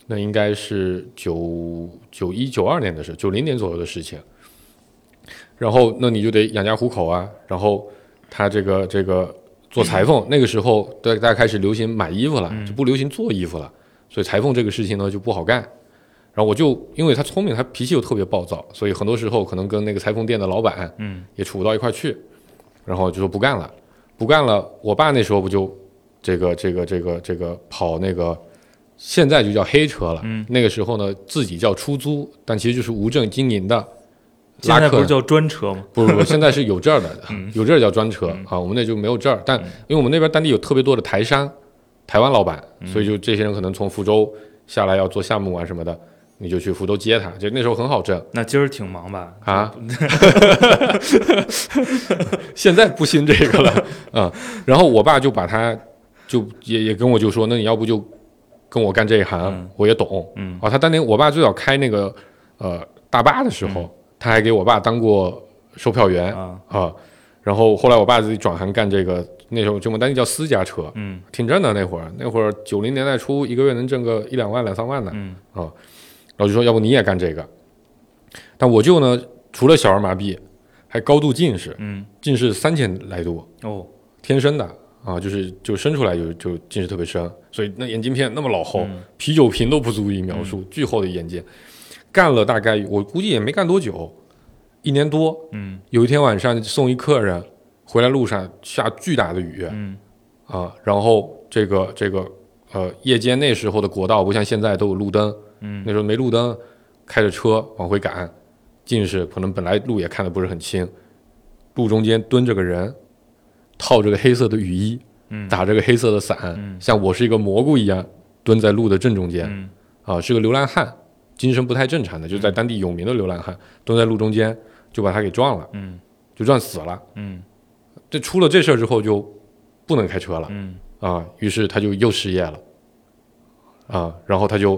Speaker 5: 那应该是九九一九二年的事，九零年左右的事情。然后，那你就得养家糊口啊。然后，他这个这个做裁
Speaker 4: 嗯
Speaker 5: 缝，那个时候大大家开始流行买衣服了，就不流行做衣服了，所以裁缝这个事情呢就不好干。然后我就因为他聪明，他脾气又特别暴躁，所以很多时候可能跟那个裁缝店的老板，
Speaker 4: 嗯，
Speaker 5: 也处不到一块儿去，然后就说不干了，不干了。我爸那时候不就这个这个这个这个跑那个，现在就叫黑车了，
Speaker 4: 嗯
Speaker 5: 那个时候呢自己叫出租，但其实就是无证经营的
Speaker 4: 现
Speaker 5: 拉
Speaker 4: 在
Speaker 5: 客
Speaker 4: 不是
Speaker 5: 人。
Speaker 4: 叫专车吗？
Speaker 5: 不不不，现在是有证儿 的，
Speaker 4: 嗯
Speaker 5: 有证儿叫专车啊，我们那就没有证儿。但因为我们那边当地有特别多的台商、台湾老板，
Speaker 4: 嗯
Speaker 5: 所以就这些人可能从福州下来要做项目啊什么的，你就去福州接他。就那时候很好挣
Speaker 4: 那今儿挺忙吧？
Speaker 5: 啊。 现在不兴这个了啊、然后我爸就把他就也也跟我就说，那你要不就跟我干这一行，
Speaker 4: 嗯
Speaker 5: 我也懂。
Speaker 4: 嗯
Speaker 5: 啊，他当年我爸最早开那个呃大巴的时候，
Speaker 4: 嗯
Speaker 5: 他还给我爸当过售票员。
Speaker 4: 啊，
Speaker 5: 啊，然后后来我爸自己转行干这个，那时候就我们当地叫私家车，
Speaker 4: 嗯
Speaker 5: 挺挣的那会儿，那会儿九零年代初一个月能挣个一两万两三万的，
Speaker 4: 嗯
Speaker 5: 然后就说要不你也干这个，但我舅呢除了小儿麻痹，还高度近视，
Speaker 4: 嗯，
Speaker 5: 近视三千来度，
Speaker 4: 哦，
Speaker 5: 天生的啊，就是就生出来就就近视特别深，所以那眼镜片那么老厚，
Speaker 4: 嗯
Speaker 5: 啤酒瓶都不足以描述，巨厚的眼镜，干了大概我估计也没干多久，一年多，
Speaker 4: 嗯
Speaker 5: 有一天晚上送一客人回来路上下巨大的雨
Speaker 4: 嗯
Speaker 5: 啊，然后这个这个呃夜间那时候的国道不像现在都有路灯，
Speaker 4: 嗯
Speaker 5: 那时候没路灯，开着车往回赶，近视可能本来路也看得不是很清，路中间蹲着个人，套着个黑色的雨衣，
Speaker 4: 嗯
Speaker 5: 打着个黑色的伞，
Speaker 4: 嗯
Speaker 5: 像我是一个蘑菇一样蹲在路的正中间，
Speaker 4: 嗯
Speaker 5: 啊，是个流浪汉，精神不太正常的，就在当地有名的流浪汉，蹲在路中间就把他给撞了，
Speaker 4: 嗯
Speaker 5: 就撞死了。
Speaker 4: 嗯
Speaker 5: 这出了这事儿之后就不能开车了
Speaker 4: 嗯
Speaker 5: 啊，于是他就又失业了啊，然后他就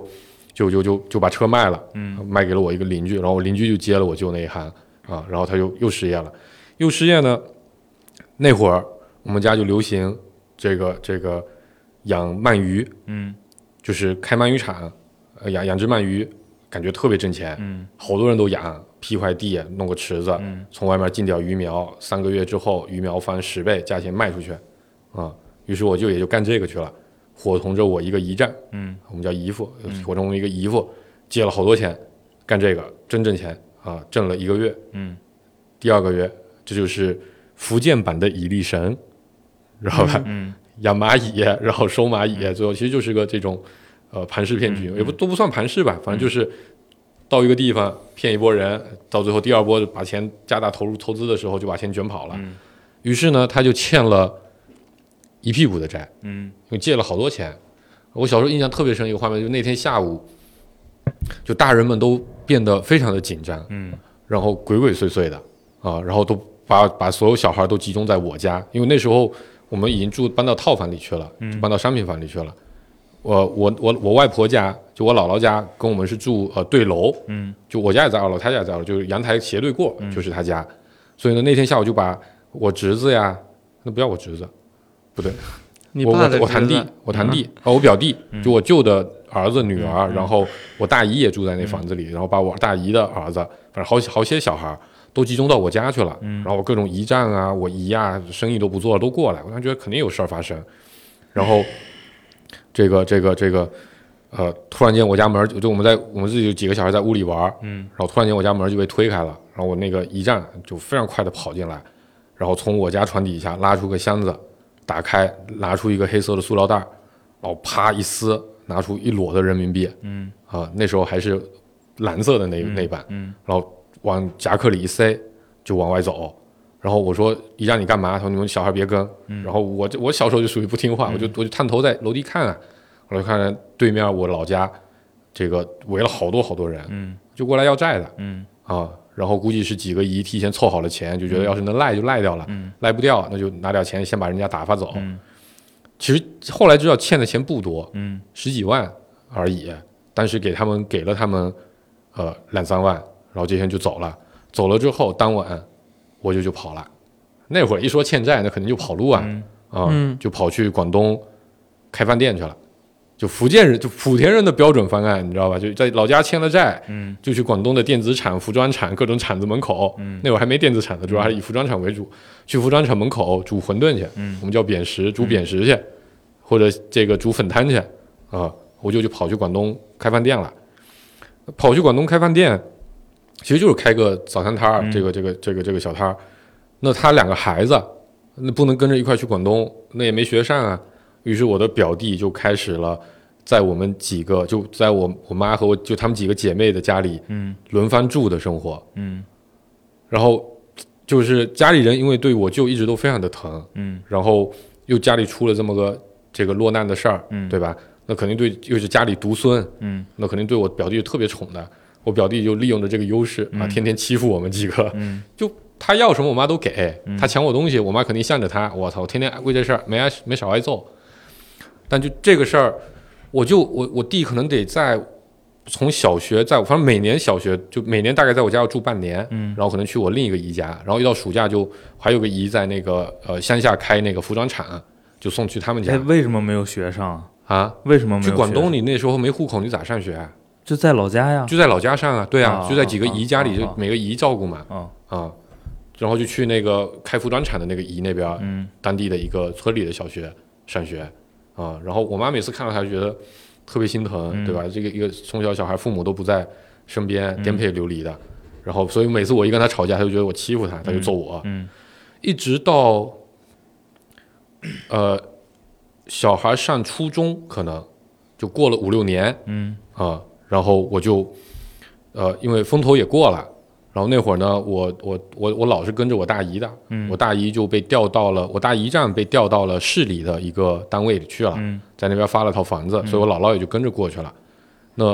Speaker 5: 就就就就把车卖了，
Speaker 4: 嗯，
Speaker 5: 卖给了我一个邻居，然后我邻居就接了我舅那一行啊，然后他就又失业了，又失业呢，那会儿我们家就流行这个这个养鳗鱼，
Speaker 4: 嗯
Speaker 5: 就是开鳗鱼场，呃养养殖鳗鱼，感觉特别挣钱，
Speaker 4: 嗯
Speaker 5: 好多人都养，劈块地弄个池子，
Speaker 4: 嗯
Speaker 5: 从外面进点鱼苗，三个月之后鱼苗翻十倍，价钱卖出去，啊、于是我就也就干这个去了，伙同着我一个姨丈，
Speaker 4: 嗯
Speaker 5: 我们叫姨父，伙同一个姨父借了好多钱，干这个真挣钱啊，挣了一个月，
Speaker 4: 嗯，
Speaker 5: 第二个月这就是福建版的蚁力神，知道吧？
Speaker 4: 嗯
Speaker 5: 养蚂蚁，然后收蚂蚁，最后其实就是个这种呃盘式骗
Speaker 4: 嗯
Speaker 5: 局，也不都不算盘式吧，反正就是到一个地方骗一波人，到最后第二波把钱加大投入投资的时候就把钱卷跑了，
Speaker 4: 嗯
Speaker 5: 于是呢他就欠了一屁股的债，
Speaker 4: 嗯
Speaker 5: 又借了好多钱。我小时候印象特别深一个画面，就那天下午，就大人们都变得非常的紧张，
Speaker 4: 嗯
Speaker 5: 然后鬼鬼祟祟的啊，然后都把把所有小孩都集中在我家，因为那时候我们已经住搬到套房里去了，就搬到商品房里去了。我我我我外婆家就我姥姥家跟我们是住呃对楼，
Speaker 4: 嗯，
Speaker 5: 就我家也在二楼，她家也在二楼，就是阳台斜对过、就是她家，所以呢那天下午就把我侄子呀，那不叫我侄子，不对，
Speaker 3: 你
Speaker 5: 我
Speaker 3: 爸的
Speaker 5: 我我
Speaker 3: 侄
Speaker 5: 堂
Speaker 3: 子
Speaker 5: 弟，我堂弟啊，我表弟，
Speaker 3: 嗯
Speaker 5: 就我舅的儿子、女儿，然后我大姨也住在那
Speaker 3: 嗯
Speaker 5: 房子里，然后把我大姨的儿子，反正好些好些小孩儿都集中到我家去了，
Speaker 3: 嗯
Speaker 5: 然后我各种姨丈啊、我姨啊，生意都不做了，都过来，我当时觉得肯定有事儿发生，然后这个这个这个。呃，突然间我家门儿就就我们在我们自己有几个小孩在屋里玩儿，
Speaker 4: 嗯
Speaker 5: 然后突然间我家门就被推开了，然后我那个一站就非常快的跑进来，然后从我家床底下拉出个箱子，打开拿出一个黑色的塑料袋儿，然后啪一撕，拿出一摞的人民币
Speaker 4: 嗯
Speaker 5: 啊、那时候还是蓝色的那那版，
Speaker 4: 嗯
Speaker 5: 然后往夹克里一塞，就往外走。然后我说：“一
Speaker 4: 嗯
Speaker 5: 让你干嘛？”他说：“你们小孩别跟。然后我这我小时候就属于不听话，我就我就探头在楼梯看啊，我就看见对面我老家这个围了好多好多人，
Speaker 4: 嗯
Speaker 5: 就过来要债的
Speaker 4: 嗯
Speaker 5: 啊。然后估计是几个姨提前凑好了钱，就觉得要是能赖就赖掉了，
Speaker 4: 嗯
Speaker 5: 赖不掉那就拿点钱先把人家打发走。
Speaker 4: 嗯
Speaker 5: 其实后来知道欠的钱不多，
Speaker 4: 嗯
Speaker 5: 十几万而已，但是给他们给了他们呃两三万，然后这些人就走了。走了之后，当晚我就就跑了。那会儿一说欠债，那肯定就跑路啊
Speaker 4: 嗯
Speaker 5: 啊、
Speaker 3: 嗯
Speaker 5: 就跑去广东开饭店去了。就福建人，就莆田人的标准方案，你知道吧？就在老家欠了债，
Speaker 4: 嗯
Speaker 5: 就去广东的电子厂、服装厂各种厂子门口。
Speaker 4: 嗯
Speaker 5: 那会儿还没电子厂呢，主要还是以服装厂为主。去服装厂门口煮馄饨去，
Speaker 4: 嗯
Speaker 5: 我们叫扁食，煮扁食去，或者这个煮粉摊去啊、我就就跑去广东开饭店了。跑去广东开饭店，其实就是开个早餐摊儿、
Speaker 4: 嗯
Speaker 5: 这个这个这个这个小摊儿。那他两个孩子，那不能跟着一块去广东，那也没学上啊。于是我的表弟就开始了，在我们几个，就在我我妈和我就她们几个姐妹的家里
Speaker 4: 嗯
Speaker 5: 轮番住的生活。
Speaker 4: 嗯
Speaker 5: 然后就是家里人因为对我舅一直都非常的疼，
Speaker 4: 嗯
Speaker 5: 然后又家里出了这么个这个落难的事儿，
Speaker 4: 嗯
Speaker 5: 对吧？那肯定对，又是家里独孙，
Speaker 4: 嗯
Speaker 5: 那肯定对我表弟特别宠的。我表弟就利用着这个优势啊，
Speaker 4: 嗯
Speaker 5: 天天欺负我们几个。
Speaker 4: 嗯
Speaker 5: 就他要什么，我妈都给
Speaker 4: 嗯
Speaker 5: 他抢我东西，我妈肯定向着他。我操，我天天为这事儿没挨没少挨揍。但就这个事儿，我就我我弟可能得在从小学，在我反正每年小学就每年大概在我家要住半年，
Speaker 4: 嗯
Speaker 5: 然后可能去我另一个姨家，然后一到暑假就还有个姨在那个呃乡下开那个服装厂，就送去他们
Speaker 4: 哎，
Speaker 5: 家
Speaker 4: 为什么没有学上？
Speaker 5: 啊。
Speaker 4: 为什么没
Speaker 5: 去
Speaker 4: 有？
Speaker 5: 广东，你那时候没户口，你咋上学啊、
Speaker 4: 就在老家呀。
Speaker 5: 就在老家上啊，对啊
Speaker 4: 啊，
Speaker 5: 就在几个姨家里，
Speaker 4: 啊啊
Speaker 5: 就每个姨照顾嘛
Speaker 4: 啊
Speaker 5: 啊，然后就去那个开服装厂的那个姨那边，
Speaker 4: 嗯
Speaker 5: 当地的一个村里的小学上学啊。然后我妈每次看到她就觉得特别心疼，
Speaker 4: 嗯
Speaker 5: 对吧？这个一个从小小孩父母都不在身边，颠沛流离的。然后，所以每次我一跟她吵架，她就觉得我欺负她，她就揍我。
Speaker 4: 嗯
Speaker 5: 一直到呃小孩上初中，可能就过了五六年，
Speaker 4: 嗯
Speaker 5: 啊，然后我就，呃，因为风头也过了，然后那会儿呢，我我我我老是跟着我大姨的，
Speaker 4: 嗯
Speaker 5: 我大姨就被调到了我大姨丈被调到了市里的一个单位里去了，
Speaker 4: 嗯
Speaker 5: 在那边发了套房子，所以我姥姥也就跟着过去了。那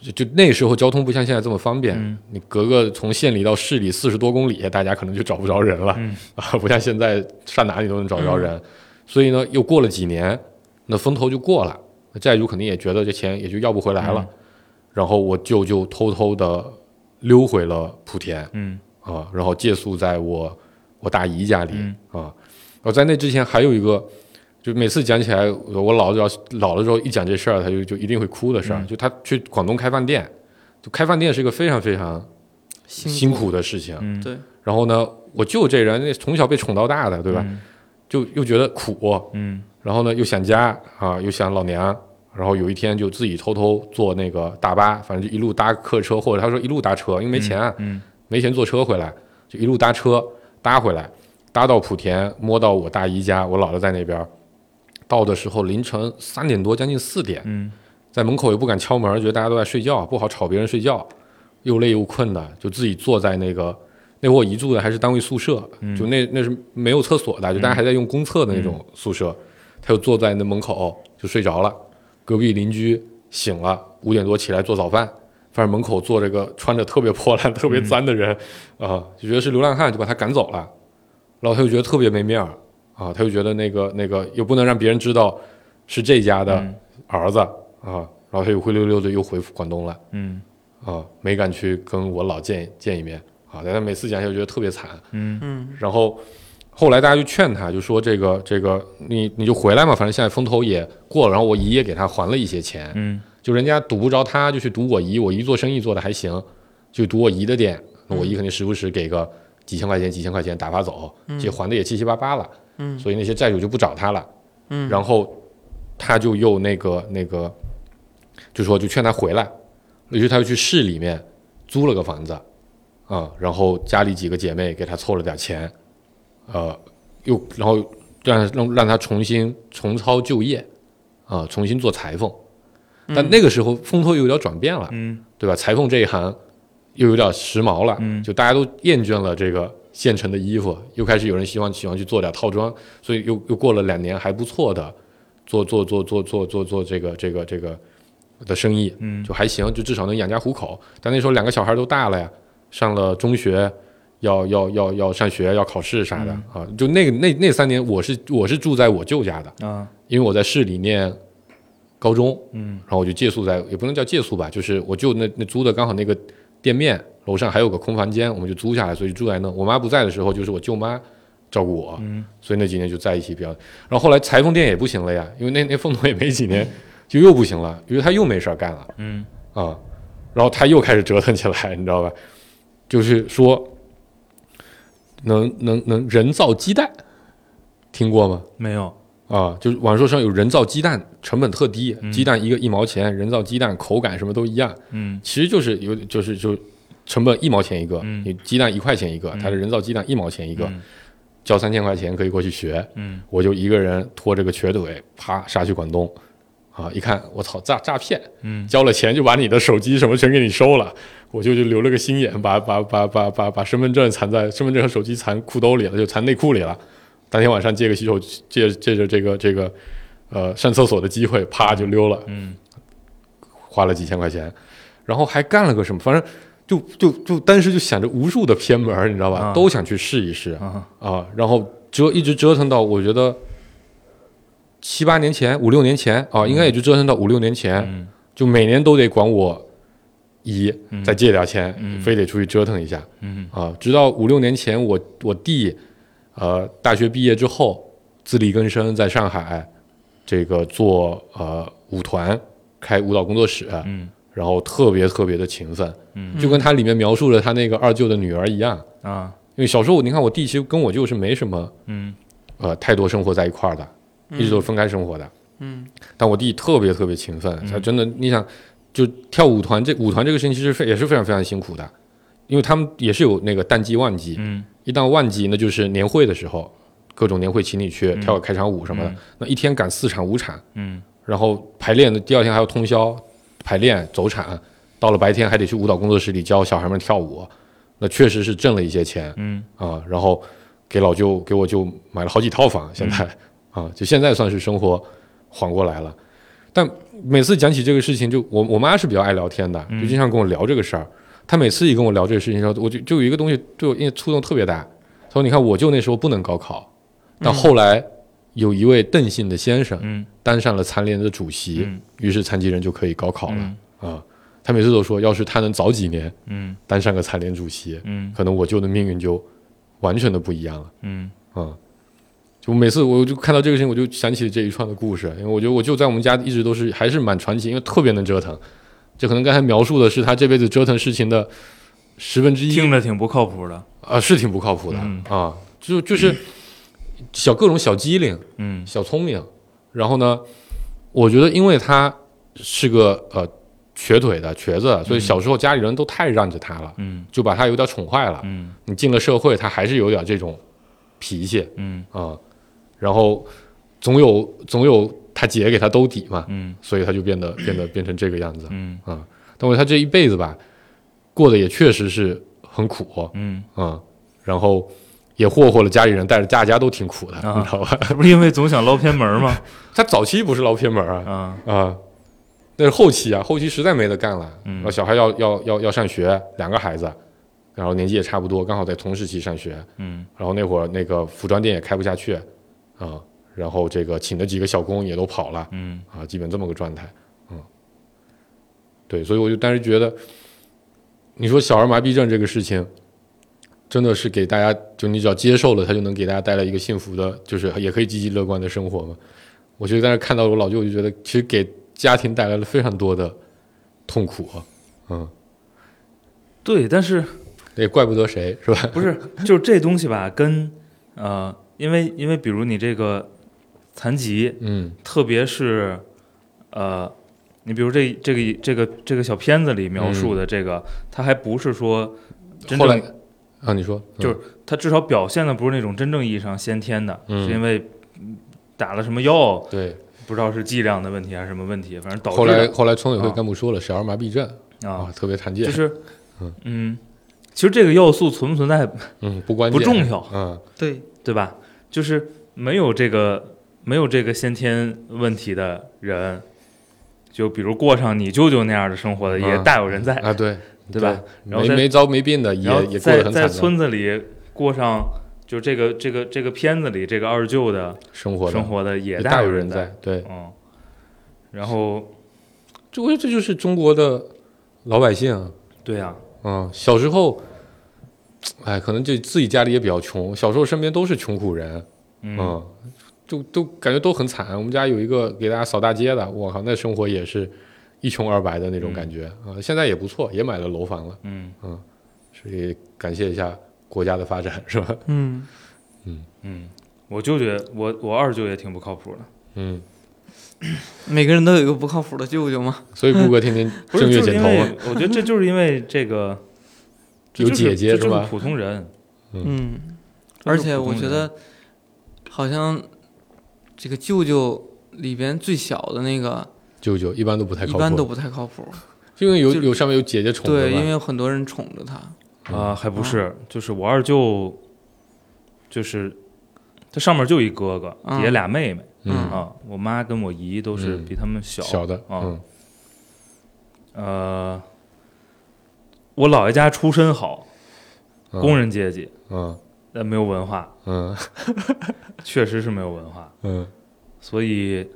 Speaker 5: 就就那时候交通不像现在这么方便，
Speaker 4: 嗯
Speaker 5: 你隔个从县里到市里四十多公里，大家可能就找不着人了、
Speaker 4: 嗯
Speaker 5: 啊， 不像现在上哪里都能找着人。所以呢，又过了几年，那风头就过了，那债主肯定也觉得这钱也就要不回来了，
Speaker 4: 嗯
Speaker 5: 然后我舅就偷偷的溜回了莆田
Speaker 4: 嗯
Speaker 5: 啊，然后借宿在我我大姨家里、
Speaker 4: 嗯
Speaker 5: 啊。我在那之前还有一个，就每次讲起来，我姥姥要老了之后一讲这事儿，她就就一定会哭的事儿，
Speaker 4: 嗯
Speaker 5: 就她去广东开饭店，就开饭店是一个非常非常辛
Speaker 3: 苦
Speaker 5: 苦的事情。
Speaker 4: 嗯，
Speaker 3: 对，
Speaker 5: 然后呢，我舅这人那从小被宠到大的，对吧？就又觉得苦，
Speaker 4: 嗯？
Speaker 5: 然后呢又想家啊，又想老娘。然后有一天就自己偷偷坐那个大巴，反正就一路搭客车，或者他说一路搭车，因为没钱啊、
Speaker 4: 嗯嗯
Speaker 5: 没钱坐车回来，就一路搭车搭回来，搭到莆田，摸到我大姨家，我姥姥在那边儿。到的时候凌晨三点多，将近四点，
Speaker 4: 嗯
Speaker 5: 在门口也不敢敲门，觉得大家都在睡觉，不好吵别人睡觉，又累又困的，就自己坐在那个那会儿我姨住的还是单位宿舍，
Speaker 4: 嗯
Speaker 5: 就那那是没有厕所的，就大家还在用公厕的那种宿舍，他就坐在那门口就睡着了。隔壁邻居醒了，五点多起来做早饭，发现门口坐着个穿着特别破烂、 特别
Speaker 4: 嗯
Speaker 5: 脏的人，啊、就觉得是流浪汉，就把他赶走了。然后他就觉得特别没面儿啊，他就觉得那个那个又不能让别人知道是这家的
Speaker 4: 嗯
Speaker 5: 儿子、啊，然后他又灰溜溜的又回广东了
Speaker 4: 嗯
Speaker 5: 啊，没敢去跟我老见见一面啊，但他每次讲起来就觉得特别惨，
Speaker 4: 嗯
Speaker 3: 嗯
Speaker 5: 然后后来大家就劝他，就说这个这个你你就回来嘛，反正现在风头也过了，然后我姨也给他还了一些钱，
Speaker 4: 嗯
Speaker 5: 就人家堵不着他，就去堵我姨，我姨做生意做的还行，就堵我姨的店，那我姨肯定时不时给个几千块钱、几千块钱打发走，这还的也七七八八了，
Speaker 3: 嗯
Speaker 5: 所以那些债主就不找他了，
Speaker 3: 嗯
Speaker 5: 然后他就又那个那个，就说就劝他回来，于是他就去市里面租了个房子，啊、然后家里几个姐妹给他凑了点钱，呃，又然后让让让他重新重操旧业，啊、重新做裁缝。但那个时候风头有点转变了，
Speaker 4: 嗯
Speaker 5: 对吧？裁缝这一行又有点时髦了，
Speaker 4: 嗯
Speaker 5: 就大家都厌倦了这个现成的衣服，又开始有人希望喜欢去做点套装，所以又又过了两年还不错的做做做做做做做这个这个这个的生意，
Speaker 4: 嗯
Speaker 5: 就还行，就至少能养家糊口。但那时候两个小孩都大了呀，上了中学，要要要要上学，要考试啥的、
Speaker 4: 嗯
Speaker 5: 啊。就那个那那三年，我是我是住在我舅家的，
Speaker 4: 啊，
Speaker 5: 因为我在市里念高中，
Speaker 4: 嗯，
Speaker 5: 然后我就借宿在，也不能叫借宿吧，就是我舅那那租的刚好那个店面楼上还有个空房间，我们就租下来，所以住在那。我妈不在的时候，就是我舅妈照顾我，
Speaker 4: 嗯，
Speaker 5: 所以那几年就在一起比较。然后后来裁缝店也不行了呀，因为那那缝头也没几年，就又不行了，因为他又没事儿干了。
Speaker 4: 嗯
Speaker 5: 啊，然后他又开始折腾起来，你知道吧？就是说，能能能人造鸡蛋，听过吗？
Speaker 4: 没有，
Speaker 5: 啊，就是网络上有人造鸡蛋，成本特低，鸡蛋一个一毛钱，人造鸡蛋口感什么都一样，
Speaker 4: 嗯
Speaker 5: 其实就是有就是就成本一毛钱一个，
Speaker 4: 嗯
Speaker 5: 你鸡蛋一块钱一个，它的人造鸡蛋一毛钱一个，
Speaker 4: 嗯
Speaker 5: 交三千块钱可以过去学，
Speaker 4: 嗯
Speaker 5: 我就一个人拖着个瘸腿，啪杀去广东，啊，一看我操诈诈骗，
Speaker 4: 嗯
Speaker 5: 交了钱就把你的手机什么全给你收了，我就就留了个心眼，把把把把把把身份证藏在身份证和手机藏裤兜里了，就藏内裤里了。当天晚上借个洗手借借着这个这个呃上厕所的机会，啪就溜了，
Speaker 4: 嗯
Speaker 5: 花了几千块钱，然后还干了个什么，反正就就就当时就想着无数的偏门儿，你知道吧？
Speaker 4: 啊
Speaker 5: 都想去试一试
Speaker 4: 啊
Speaker 5: 啊，然后折一直折腾到我觉得七八年前、五六年前啊，应该也就折腾到五六年前，
Speaker 4: 嗯
Speaker 5: 就每年都得管我姨
Speaker 4: 嗯
Speaker 5: 再借点钱，
Speaker 4: 嗯
Speaker 5: 非得出去折腾一下
Speaker 4: 嗯
Speaker 5: 啊。直到五六年前，我我弟呃大学毕业之后自力更生，在上海这个做呃舞团，开舞蹈工作室，
Speaker 4: 嗯
Speaker 5: 然后特别特别的勤奋，
Speaker 4: 嗯
Speaker 5: 就跟他里面描述的他那个二舅的女儿一样。
Speaker 4: 啊
Speaker 5: 因为小时候，你看我弟其实跟我舅是没什么
Speaker 4: 嗯
Speaker 5: 呃太多生活在一块儿的，一直都是分开生活的。
Speaker 3: 嗯
Speaker 5: 但我弟特别特别勤
Speaker 4: 嗯
Speaker 5: 奋，他真的，你想，就跳舞团这舞团这个事情其实非也是非常非常辛苦的，因为他们也是有那个淡季旺季，
Speaker 4: 嗯
Speaker 5: 一到旺季那就是年会的时候，各种年会请你去跳个开场舞什么的，
Speaker 4: 嗯
Speaker 5: 那一天赶四场五场，
Speaker 4: 嗯
Speaker 5: 然后排练的第二天还要通宵排练走场，到了白天还得去舞蹈工作室里教小孩们跳舞，那确实是挣了一些钱，
Speaker 4: 嗯
Speaker 5: 啊，然后给老舅给我舅买了好几套
Speaker 4: 嗯
Speaker 5: 房，现在、啊，就现在算是生活缓过来了。但每次讲起这个事情，就我我妈是比较爱聊天的，
Speaker 4: 嗯
Speaker 5: 就经常跟我聊这个事儿。她每次一跟我聊这个事情的时候，我就就有一个东西对我印触动特别大。她说：“你看，我舅那时候不能高考，但后来有一位邓姓的先生
Speaker 4: 嗯
Speaker 5: 当上了残联的主席，
Speaker 4: 嗯
Speaker 5: 于是残疾人就可以高考了、啊。”她每次都说，要是他能早几年
Speaker 4: 嗯
Speaker 5: 当上个残联主席，
Speaker 4: 嗯
Speaker 5: 可能我舅的命运就完全的不一样了
Speaker 4: 嗯
Speaker 5: 啊、就每次我就看到这个事情，我就想起这一串的故事，因为我觉得我舅在我们家一直都是还是蛮传奇，因为特别能折腾。这可能刚才描述的是他这辈子折腾事情的十分之一，
Speaker 4: 听着挺不靠谱的，
Speaker 5: 啊、是挺不靠谱的啊、
Speaker 4: 嗯
Speaker 5: 就就是小各种小机灵、
Speaker 4: 嗯
Speaker 5: 小聪明。然后呢，我觉得因为他是个呃瘸腿的瘸子，所以小时候家里人都太让着他了，
Speaker 4: 嗯
Speaker 5: 就把他有点宠坏了。
Speaker 4: 嗯
Speaker 5: 你进了社会，他还是有点这种脾气
Speaker 4: 嗯
Speaker 5: 啊、然后总有总有他姐给他兜底嘛，
Speaker 4: 嗯
Speaker 5: 所以他就变得变得变成这个样子啊、
Speaker 4: 嗯
Speaker 5: 但我觉得他这一辈子吧，过得也确实是很苦啊、
Speaker 4: 嗯，
Speaker 5: 然后也霍霍了家里人，但是大家都挺苦的，
Speaker 4: 啊
Speaker 5: 你知道吧？
Speaker 4: 这不是因为总想捞偏门吗？
Speaker 5: 他早期不是捞偏门啊
Speaker 4: 啊
Speaker 5: 啊、但是后期啊，后期实在没得干了，
Speaker 4: 嗯
Speaker 5: 然后小孩要要要要上学，两个孩子，然后年纪也差不多，刚好在同时期上学，
Speaker 4: 嗯
Speaker 5: 然后那会儿那个服装店也开不下去，啊、然后这个请的几个小工也都跑了，
Speaker 4: 嗯
Speaker 5: 啊，基本这么个状态，嗯，对，所以我就当时觉得，你说小儿麻痹症这个事情，真的是给大家，就你只要接受了，它就能给大家带来一个幸福的，就是也可以积极乐观的生活嘛。我就在那看到我老舅，我就觉得其实给家庭带来了非常多的痛苦啊，嗯，
Speaker 4: 对，但是
Speaker 5: 也怪不得谁是吧？
Speaker 4: 不是，就是这东西吧，跟呃，因为因为比如你这个残疾，
Speaker 5: 嗯
Speaker 4: 特别是呃，你比如这这个这个这个小片子里描述的这个，它还不是说 真
Speaker 5: 嗯后来
Speaker 4: 正，
Speaker 5: 啊，你说嗯
Speaker 4: 就是它至少表现的不是那种真正意义上先天的，
Speaker 5: 嗯
Speaker 4: 是因为嗯打了什么药，
Speaker 5: 对，
Speaker 4: 不知道是剂量的问题还是什么问题，反正导致
Speaker 5: 后来
Speaker 4: 的
Speaker 5: 后来村委会
Speaker 4: 啊
Speaker 5: 干部说了，小儿麻痹症
Speaker 4: 啊，
Speaker 5: 特别常见，
Speaker 4: 就是
Speaker 5: 嗯
Speaker 4: 嗯，其实这个要素存不存在
Speaker 5: 嗯不关键
Speaker 4: 不重要
Speaker 5: 嗯
Speaker 3: 对，
Speaker 4: 对吧？就是没有这个没有这个先天问题的人，就比如过上你舅舅那样的生活的，也
Speaker 5: 啊
Speaker 4: 大有人在，
Speaker 5: 啊，对，
Speaker 4: 对吧？然后
Speaker 5: 没
Speaker 4: 在
Speaker 5: 没遭没病的也
Speaker 4: 然后
Speaker 5: 也过
Speaker 4: 在
Speaker 5: 得很惨
Speaker 4: 在
Speaker 5: 的
Speaker 4: 村子里过上就这个这个这个片子里这个二舅的
Speaker 5: 生活的
Speaker 4: 生活的也
Speaker 5: 也大
Speaker 4: 有
Speaker 5: 有
Speaker 4: 人
Speaker 5: 人，对，
Speaker 4: 嗯。然后
Speaker 5: 这我觉得这就是中国的老百姓啊，
Speaker 4: 对啊，
Speaker 5: 嗯，小时候，哎，可能就自己家里也比较穷，小时候身边都是穷苦人，
Speaker 4: 嗯，
Speaker 5: 嗯，就都感觉都很惨。我们家有一个给大家扫大街的，我靠，那生活也是一穷二白的那种感觉啊、现在也不错，也买了楼房了，
Speaker 4: 嗯
Speaker 5: 所以感谢一下国家的发展，是吧？
Speaker 3: 嗯，
Speaker 4: 嗯，我舅舅也我我二舅也挺不靠谱的，
Speaker 5: 嗯，
Speaker 3: 每个人都有一个不靠谱的舅舅嘛。
Speaker 5: 所以顾哥天天
Speaker 4: 不是
Speaker 5: 正月
Speaker 4: 就是
Speaker 5: 剪
Speaker 4: 因
Speaker 5: 头发
Speaker 4: 为，我觉得这就是因为这 个这
Speaker 5: 有
Speaker 4: 就是
Speaker 5: 姐姐
Speaker 4: 这
Speaker 5: 是
Speaker 4: 就是
Speaker 5: 吧？
Speaker 4: 普通人，
Speaker 3: 嗯，
Speaker 4: 都
Speaker 3: 而
Speaker 4: 是
Speaker 3: 且
Speaker 4: 普
Speaker 3: 我
Speaker 4: 通
Speaker 3: 觉
Speaker 4: 人
Speaker 3: 得，好像这个舅舅里边最小的那个，
Speaker 5: 舅舅一般都不太
Speaker 3: 一
Speaker 5: 靠谱，
Speaker 3: 般都不太靠谱。
Speaker 5: 因为有
Speaker 3: 就是
Speaker 5: 有上面有姐姐宠着
Speaker 3: 对，
Speaker 5: 吧
Speaker 3: 因为有很多人宠着他。
Speaker 4: 啊、
Speaker 5: 嗯
Speaker 4: 还不是，就是我二舅，就是他上面就一哥哥，
Speaker 3: 嗯
Speaker 4: 底下俩妹妹、
Speaker 5: 嗯
Speaker 4: 啊。我妈跟我姨都是
Speaker 5: 嗯
Speaker 4: 比他们小。
Speaker 5: 小的，
Speaker 4: 啊
Speaker 5: 嗯
Speaker 4: 呃，我姥爷家出身好，
Speaker 5: 嗯
Speaker 4: 工人阶级，
Speaker 5: 嗯
Speaker 4: 但没有文化，
Speaker 5: 嗯
Speaker 4: 确实是没有文化，
Speaker 5: 嗯
Speaker 4: 所以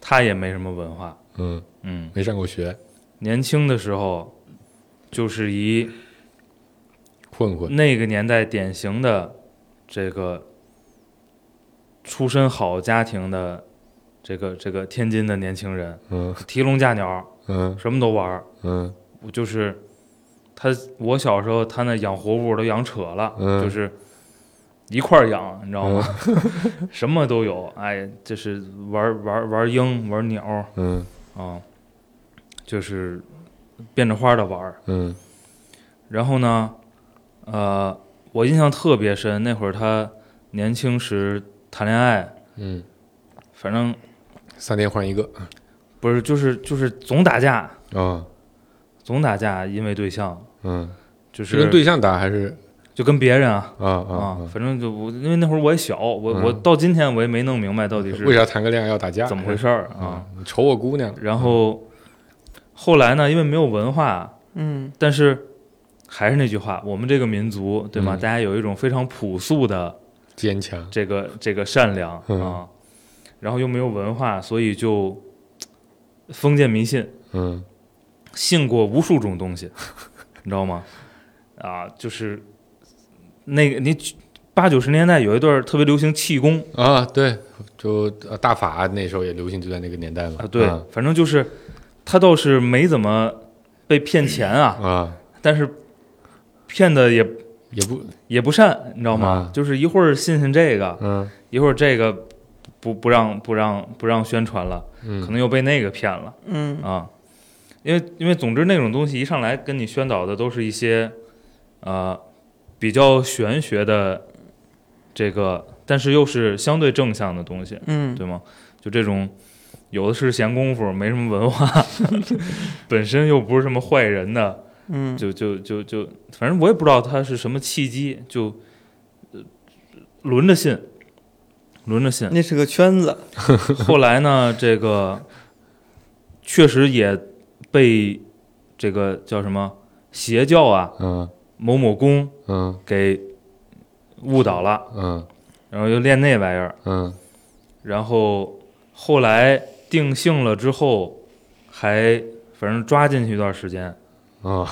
Speaker 4: 他也没什么文化。
Speaker 5: 嗯，
Speaker 4: 嗯，
Speaker 5: 没上过学，
Speaker 4: 年轻的时候就是一
Speaker 5: 混混，
Speaker 4: 那个年代典型的这个出身好家庭的这个这个天津的年轻人，
Speaker 5: 嗯
Speaker 4: 提笼架鸟，
Speaker 5: 嗯
Speaker 4: 什么都玩儿。
Speaker 5: 嗯
Speaker 4: 我就是他，我小时候他那养活物都养扯了，
Speaker 5: 嗯
Speaker 4: 就是一块儿养，你知道吗？
Speaker 5: 嗯
Speaker 4: 什么都有，哎，这是玩玩玩鹰，玩鸟啊、
Speaker 5: 嗯
Speaker 4: 就是变着花儿的玩儿。
Speaker 5: 嗯
Speaker 4: 然后呢，呃，我印象特别深，那会儿他年轻时谈恋爱，
Speaker 5: 嗯，
Speaker 4: 反正
Speaker 5: 三天换一个
Speaker 4: 不是就是就是总打架，
Speaker 5: 啊，
Speaker 4: 总打架，因为对象
Speaker 5: 嗯，
Speaker 4: 就是是
Speaker 5: 跟对象打还是
Speaker 4: 就跟别人啊。
Speaker 5: 啊啊
Speaker 4: 啊，
Speaker 5: 啊？
Speaker 4: 反正就我，因为那会儿我也小，我、
Speaker 5: 嗯
Speaker 4: 我到今天我也没弄明白到底
Speaker 5: 为
Speaker 4: 是
Speaker 5: 啥谈个恋爱要打架？
Speaker 4: 怎么回事儿啊
Speaker 5: 啊。？你瞅我姑娘，
Speaker 4: 然后后来呢，因为没有文化，
Speaker 3: 嗯
Speaker 4: 但是还是那句话，我们这个民族对吗？
Speaker 5: 嗯
Speaker 4: 大家有一种非常朴素的
Speaker 5: 坚强，
Speaker 4: 这个这个善良啊、
Speaker 5: 嗯
Speaker 4: 然后又没有文化，所以就嘖封建迷信，
Speaker 5: 嗯
Speaker 4: 信过无数种东西， 你知道吗？啊，就是那个你八九十年代有一段儿特别流行气功
Speaker 5: 啊，对，就呃大法那时候也流行，就在那个年代嘛
Speaker 4: 啊，对，反正就是他倒是没怎么被骗钱啊，
Speaker 5: 啊，
Speaker 4: 但是骗的也
Speaker 5: 也不
Speaker 4: 也不善，你知道吗？
Speaker 5: 啊
Speaker 4: 就是一会儿信信这个，
Speaker 5: 嗯
Speaker 4: 一会儿这个不不让不让不让宣传了，可
Speaker 5: 嗯
Speaker 4: 能又被那个骗了。
Speaker 3: 嗯
Speaker 4: 啊，因为因为总之那种东西一上来跟你宣导的都是一些呃比较玄学的这个，但是又是相对正向的东西，
Speaker 3: 嗯，
Speaker 4: 对吗？就这种有的是闲工夫，没什么文化， 本身又不是什么坏人的，
Speaker 3: 嗯
Speaker 4: 就就就就，反正我也不知道他是什么契机，就、呃轮着信，轮着信，
Speaker 3: 那是个圈子。
Speaker 4: 后来呢，这个确实也被这个叫什么邪教啊，
Speaker 5: 嗯
Speaker 4: 某某宫
Speaker 5: 嗯
Speaker 4: 给误导了，
Speaker 5: 嗯
Speaker 4: 然后又练那玩意儿，
Speaker 5: 嗯
Speaker 4: 然后后来定性了之后，还反正抓进去一段时间，
Speaker 5: 啊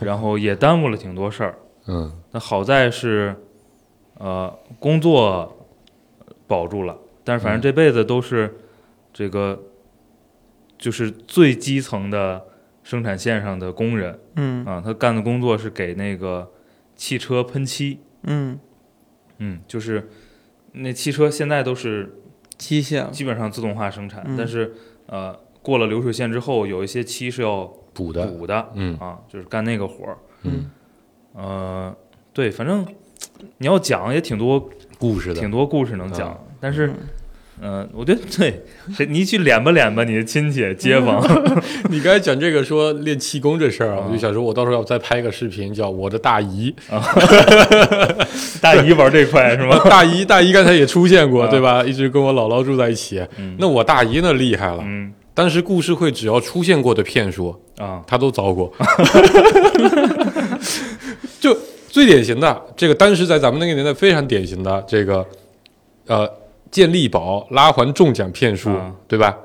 Speaker 4: 然后也耽误了挺多事儿。
Speaker 5: 嗯
Speaker 4: 那好在是，呃，工作保住了，但是反正
Speaker 5: 嗯
Speaker 4: 这辈子都是这个，就是最基层的生产线上的工人
Speaker 3: 嗯
Speaker 4: 啊，他干的工作是给那个汽车喷漆，
Speaker 3: 嗯，
Speaker 4: 嗯，就是那汽车现在都是
Speaker 3: 机械了。
Speaker 4: 基本上自动化生产，
Speaker 3: 嗯
Speaker 4: 但是呃，过了流水线之后，有一些漆是要
Speaker 5: 补的，
Speaker 4: 补的
Speaker 5: 嗯
Speaker 4: 啊，就是干那个活儿，
Speaker 3: 嗯
Speaker 4: 呃，对，反正你要讲也挺多
Speaker 5: 故事的嗯
Speaker 4: 挺，多故事能讲，但是，嗯，我觉得 对，谁你去敛吧敛吧你的亲戚街坊，
Speaker 5: 你刚才讲这个说练气功这事儿啊，
Speaker 4: 嗯
Speaker 5: 我就想说，我到时候要再拍一个视频，叫我的大姨。
Speaker 4: 大姨玩这块 是吗？
Speaker 5: 大姨，大姨刚才也出现过，
Speaker 4: 啊
Speaker 5: 对吧？一直跟我姥姥住在一起。
Speaker 4: 嗯
Speaker 5: 那我大姨那厉害了，
Speaker 4: 嗯
Speaker 5: 当时故事会只要出现过的骗术，
Speaker 4: 啊
Speaker 5: 她都遭过。 就最典型的这个，当时在咱们那个年代非常典型的这个，呃，健力宝拉环中奖骗术，
Speaker 4: 啊
Speaker 5: 对吧？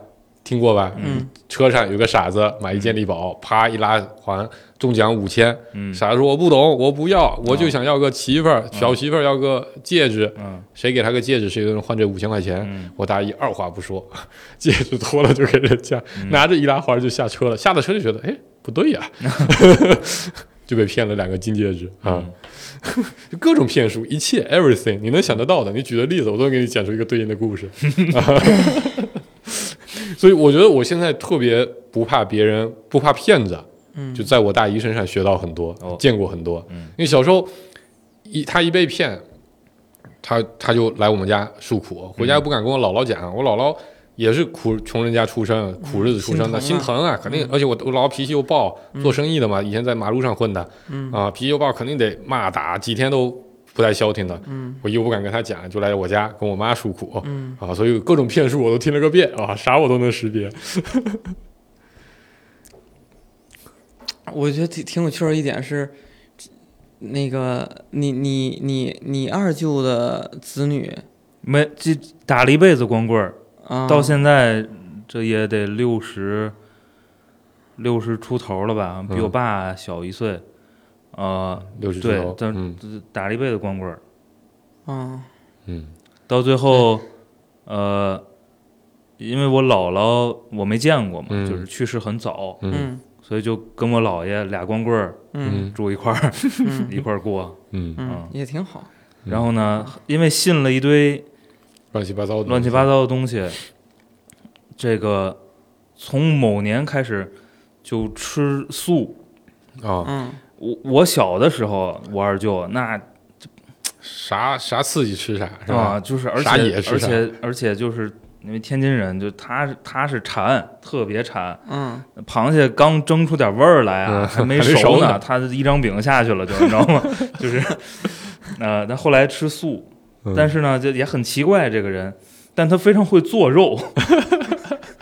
Speaker 5: 听过吧？
Speaker 3: 嗯，
Speaker 5: 车上有个傻子买一健力宝，啪一拉环中奖五千。
Speaker 4: 嗯啊
Speaker 5: 傻子说：“我不懂，我不要，我就想要个媳妇儿，小媳妇儿要个戒指。
Speaker 4: 嗯
Speaker 5: 谁给他个戒指，谁就能换这五千块钱。
Speaker 4: 嗯
Speaker 5: 我大姨二话不说， 戒指脱了就给人家，拿着易拉环就下车了。下了车就觉得，哎，不对呀、就被骗了两个金戒指啊！
Speaker 4: 嗯
Speaker 5: 就各种骗术，一切 everything 你能想得到的，你举的例子我都给你讲出一个对应的故事。 所以我觉得我现在特别不怕别人，不怕骗子，啊
Speaker 3: 嗯
Speaker 5: 就在我大姨身上学到很多，
Speaker 4: 哦
Speaker 5: 见过很多。
Speaker 4: 嗯
Speaker 5: 因为小时候一他一被骗，他他就来我们家诉
Speaker 4: 嗯
Speaker 5: 苦，回家不敢跟我姥姥讲，我姥姥也是苦穷人家出身，苦日子出身的，
Speaker 3: 心
Speaker 5: 心
Speaker 3: 疼嗯
Speaker 5: 疼啊，肯定。而且我我姥姥脾气又暴，做生意的嘛，以前在马路上混的，
Speaker 3: 嗯
Speaker 5: 啊，脾气又暴，肯定得骂打，几天都不带消停的。
Speaker 3: 嗯
Speaker 5: 我又不敢跟他讲，就来我家跟我妈诉苦。
Speaker 3: 嗯，
Speaker 5: 啊，所以各种骗术我都听了个遍啊，啥我都能识别。
Speaker 3: 我觉得挺挺有趣儿的一点是，那个你你你你二舅的子女
Speaker 4: 没这打了一辈子光棍儿，
Speaker 3: 啊，
Speaker 4: 到现在这也得六十六十出头了吧，比
Speaker 5: 嗯
Speaker 4: 我爸小一岁，呃，
Speaker 5: 六十出
Speaker 4: 对
Speaker 5: 头，
Speaker 4: 但
Speaker 5: 嗯
Speaker 4: 打了一辈子光棍儿，
Speaker 3: 啊，
Speaker 5: 嗯
Speaker 4: 到最后，呃，因为我姥姥我没见过嘛，
Speaker 5: 嗯
Speaker 4: 就是去世很早，
Speaker 5: 嗯
Speaker 3: 嗯
Speaker 4: 所以就跟我姥爷俩光棍儿
Speaker 3: 嗯
Speaker 4: 住一块儿，
Speaker 3: 嗯
Speaker 4: 一块儿过。
Speaker 5: 嗯，
Speaker 3: 嗯，也挺好，
Speaker 4: 然后呢，因为信了一堆
Speaker 5: 乱七八糟的，
Speaker 4: 乱七八糟的东西，这个从某年开始就吃素。
Speaker 5: 糟啊，
Speaker 3: 嗯
Speaker 4: 我我小的时候，我二舅那
Speaker 5: 啥啥刺激吃啥是吧？
Speaker 4: 啊，就是而且
Speaker 5: 啥也吃
Speaker 4: 而
Speaker 5: 啥
Speaker 4: 且而且就是因为天津人，就他是他是馋，特别馋，
Speaker 3: 嗯
Speaker 4: 螃蟹刚蒸出点味儿来啊，
Speaker 5: 嗯
Speaker 4: 还没
Speaker 5: 还没
Speaker 4: 熟
Speaker 5: 熟
Speaker 4: 呢，
Speaker 5: 呢
Speaker 4: 他一张饼下去了就，你知道吗？ 就是，呃，但后来吃素，但是呢，就也很奇怪这个人，但他非常会做肉，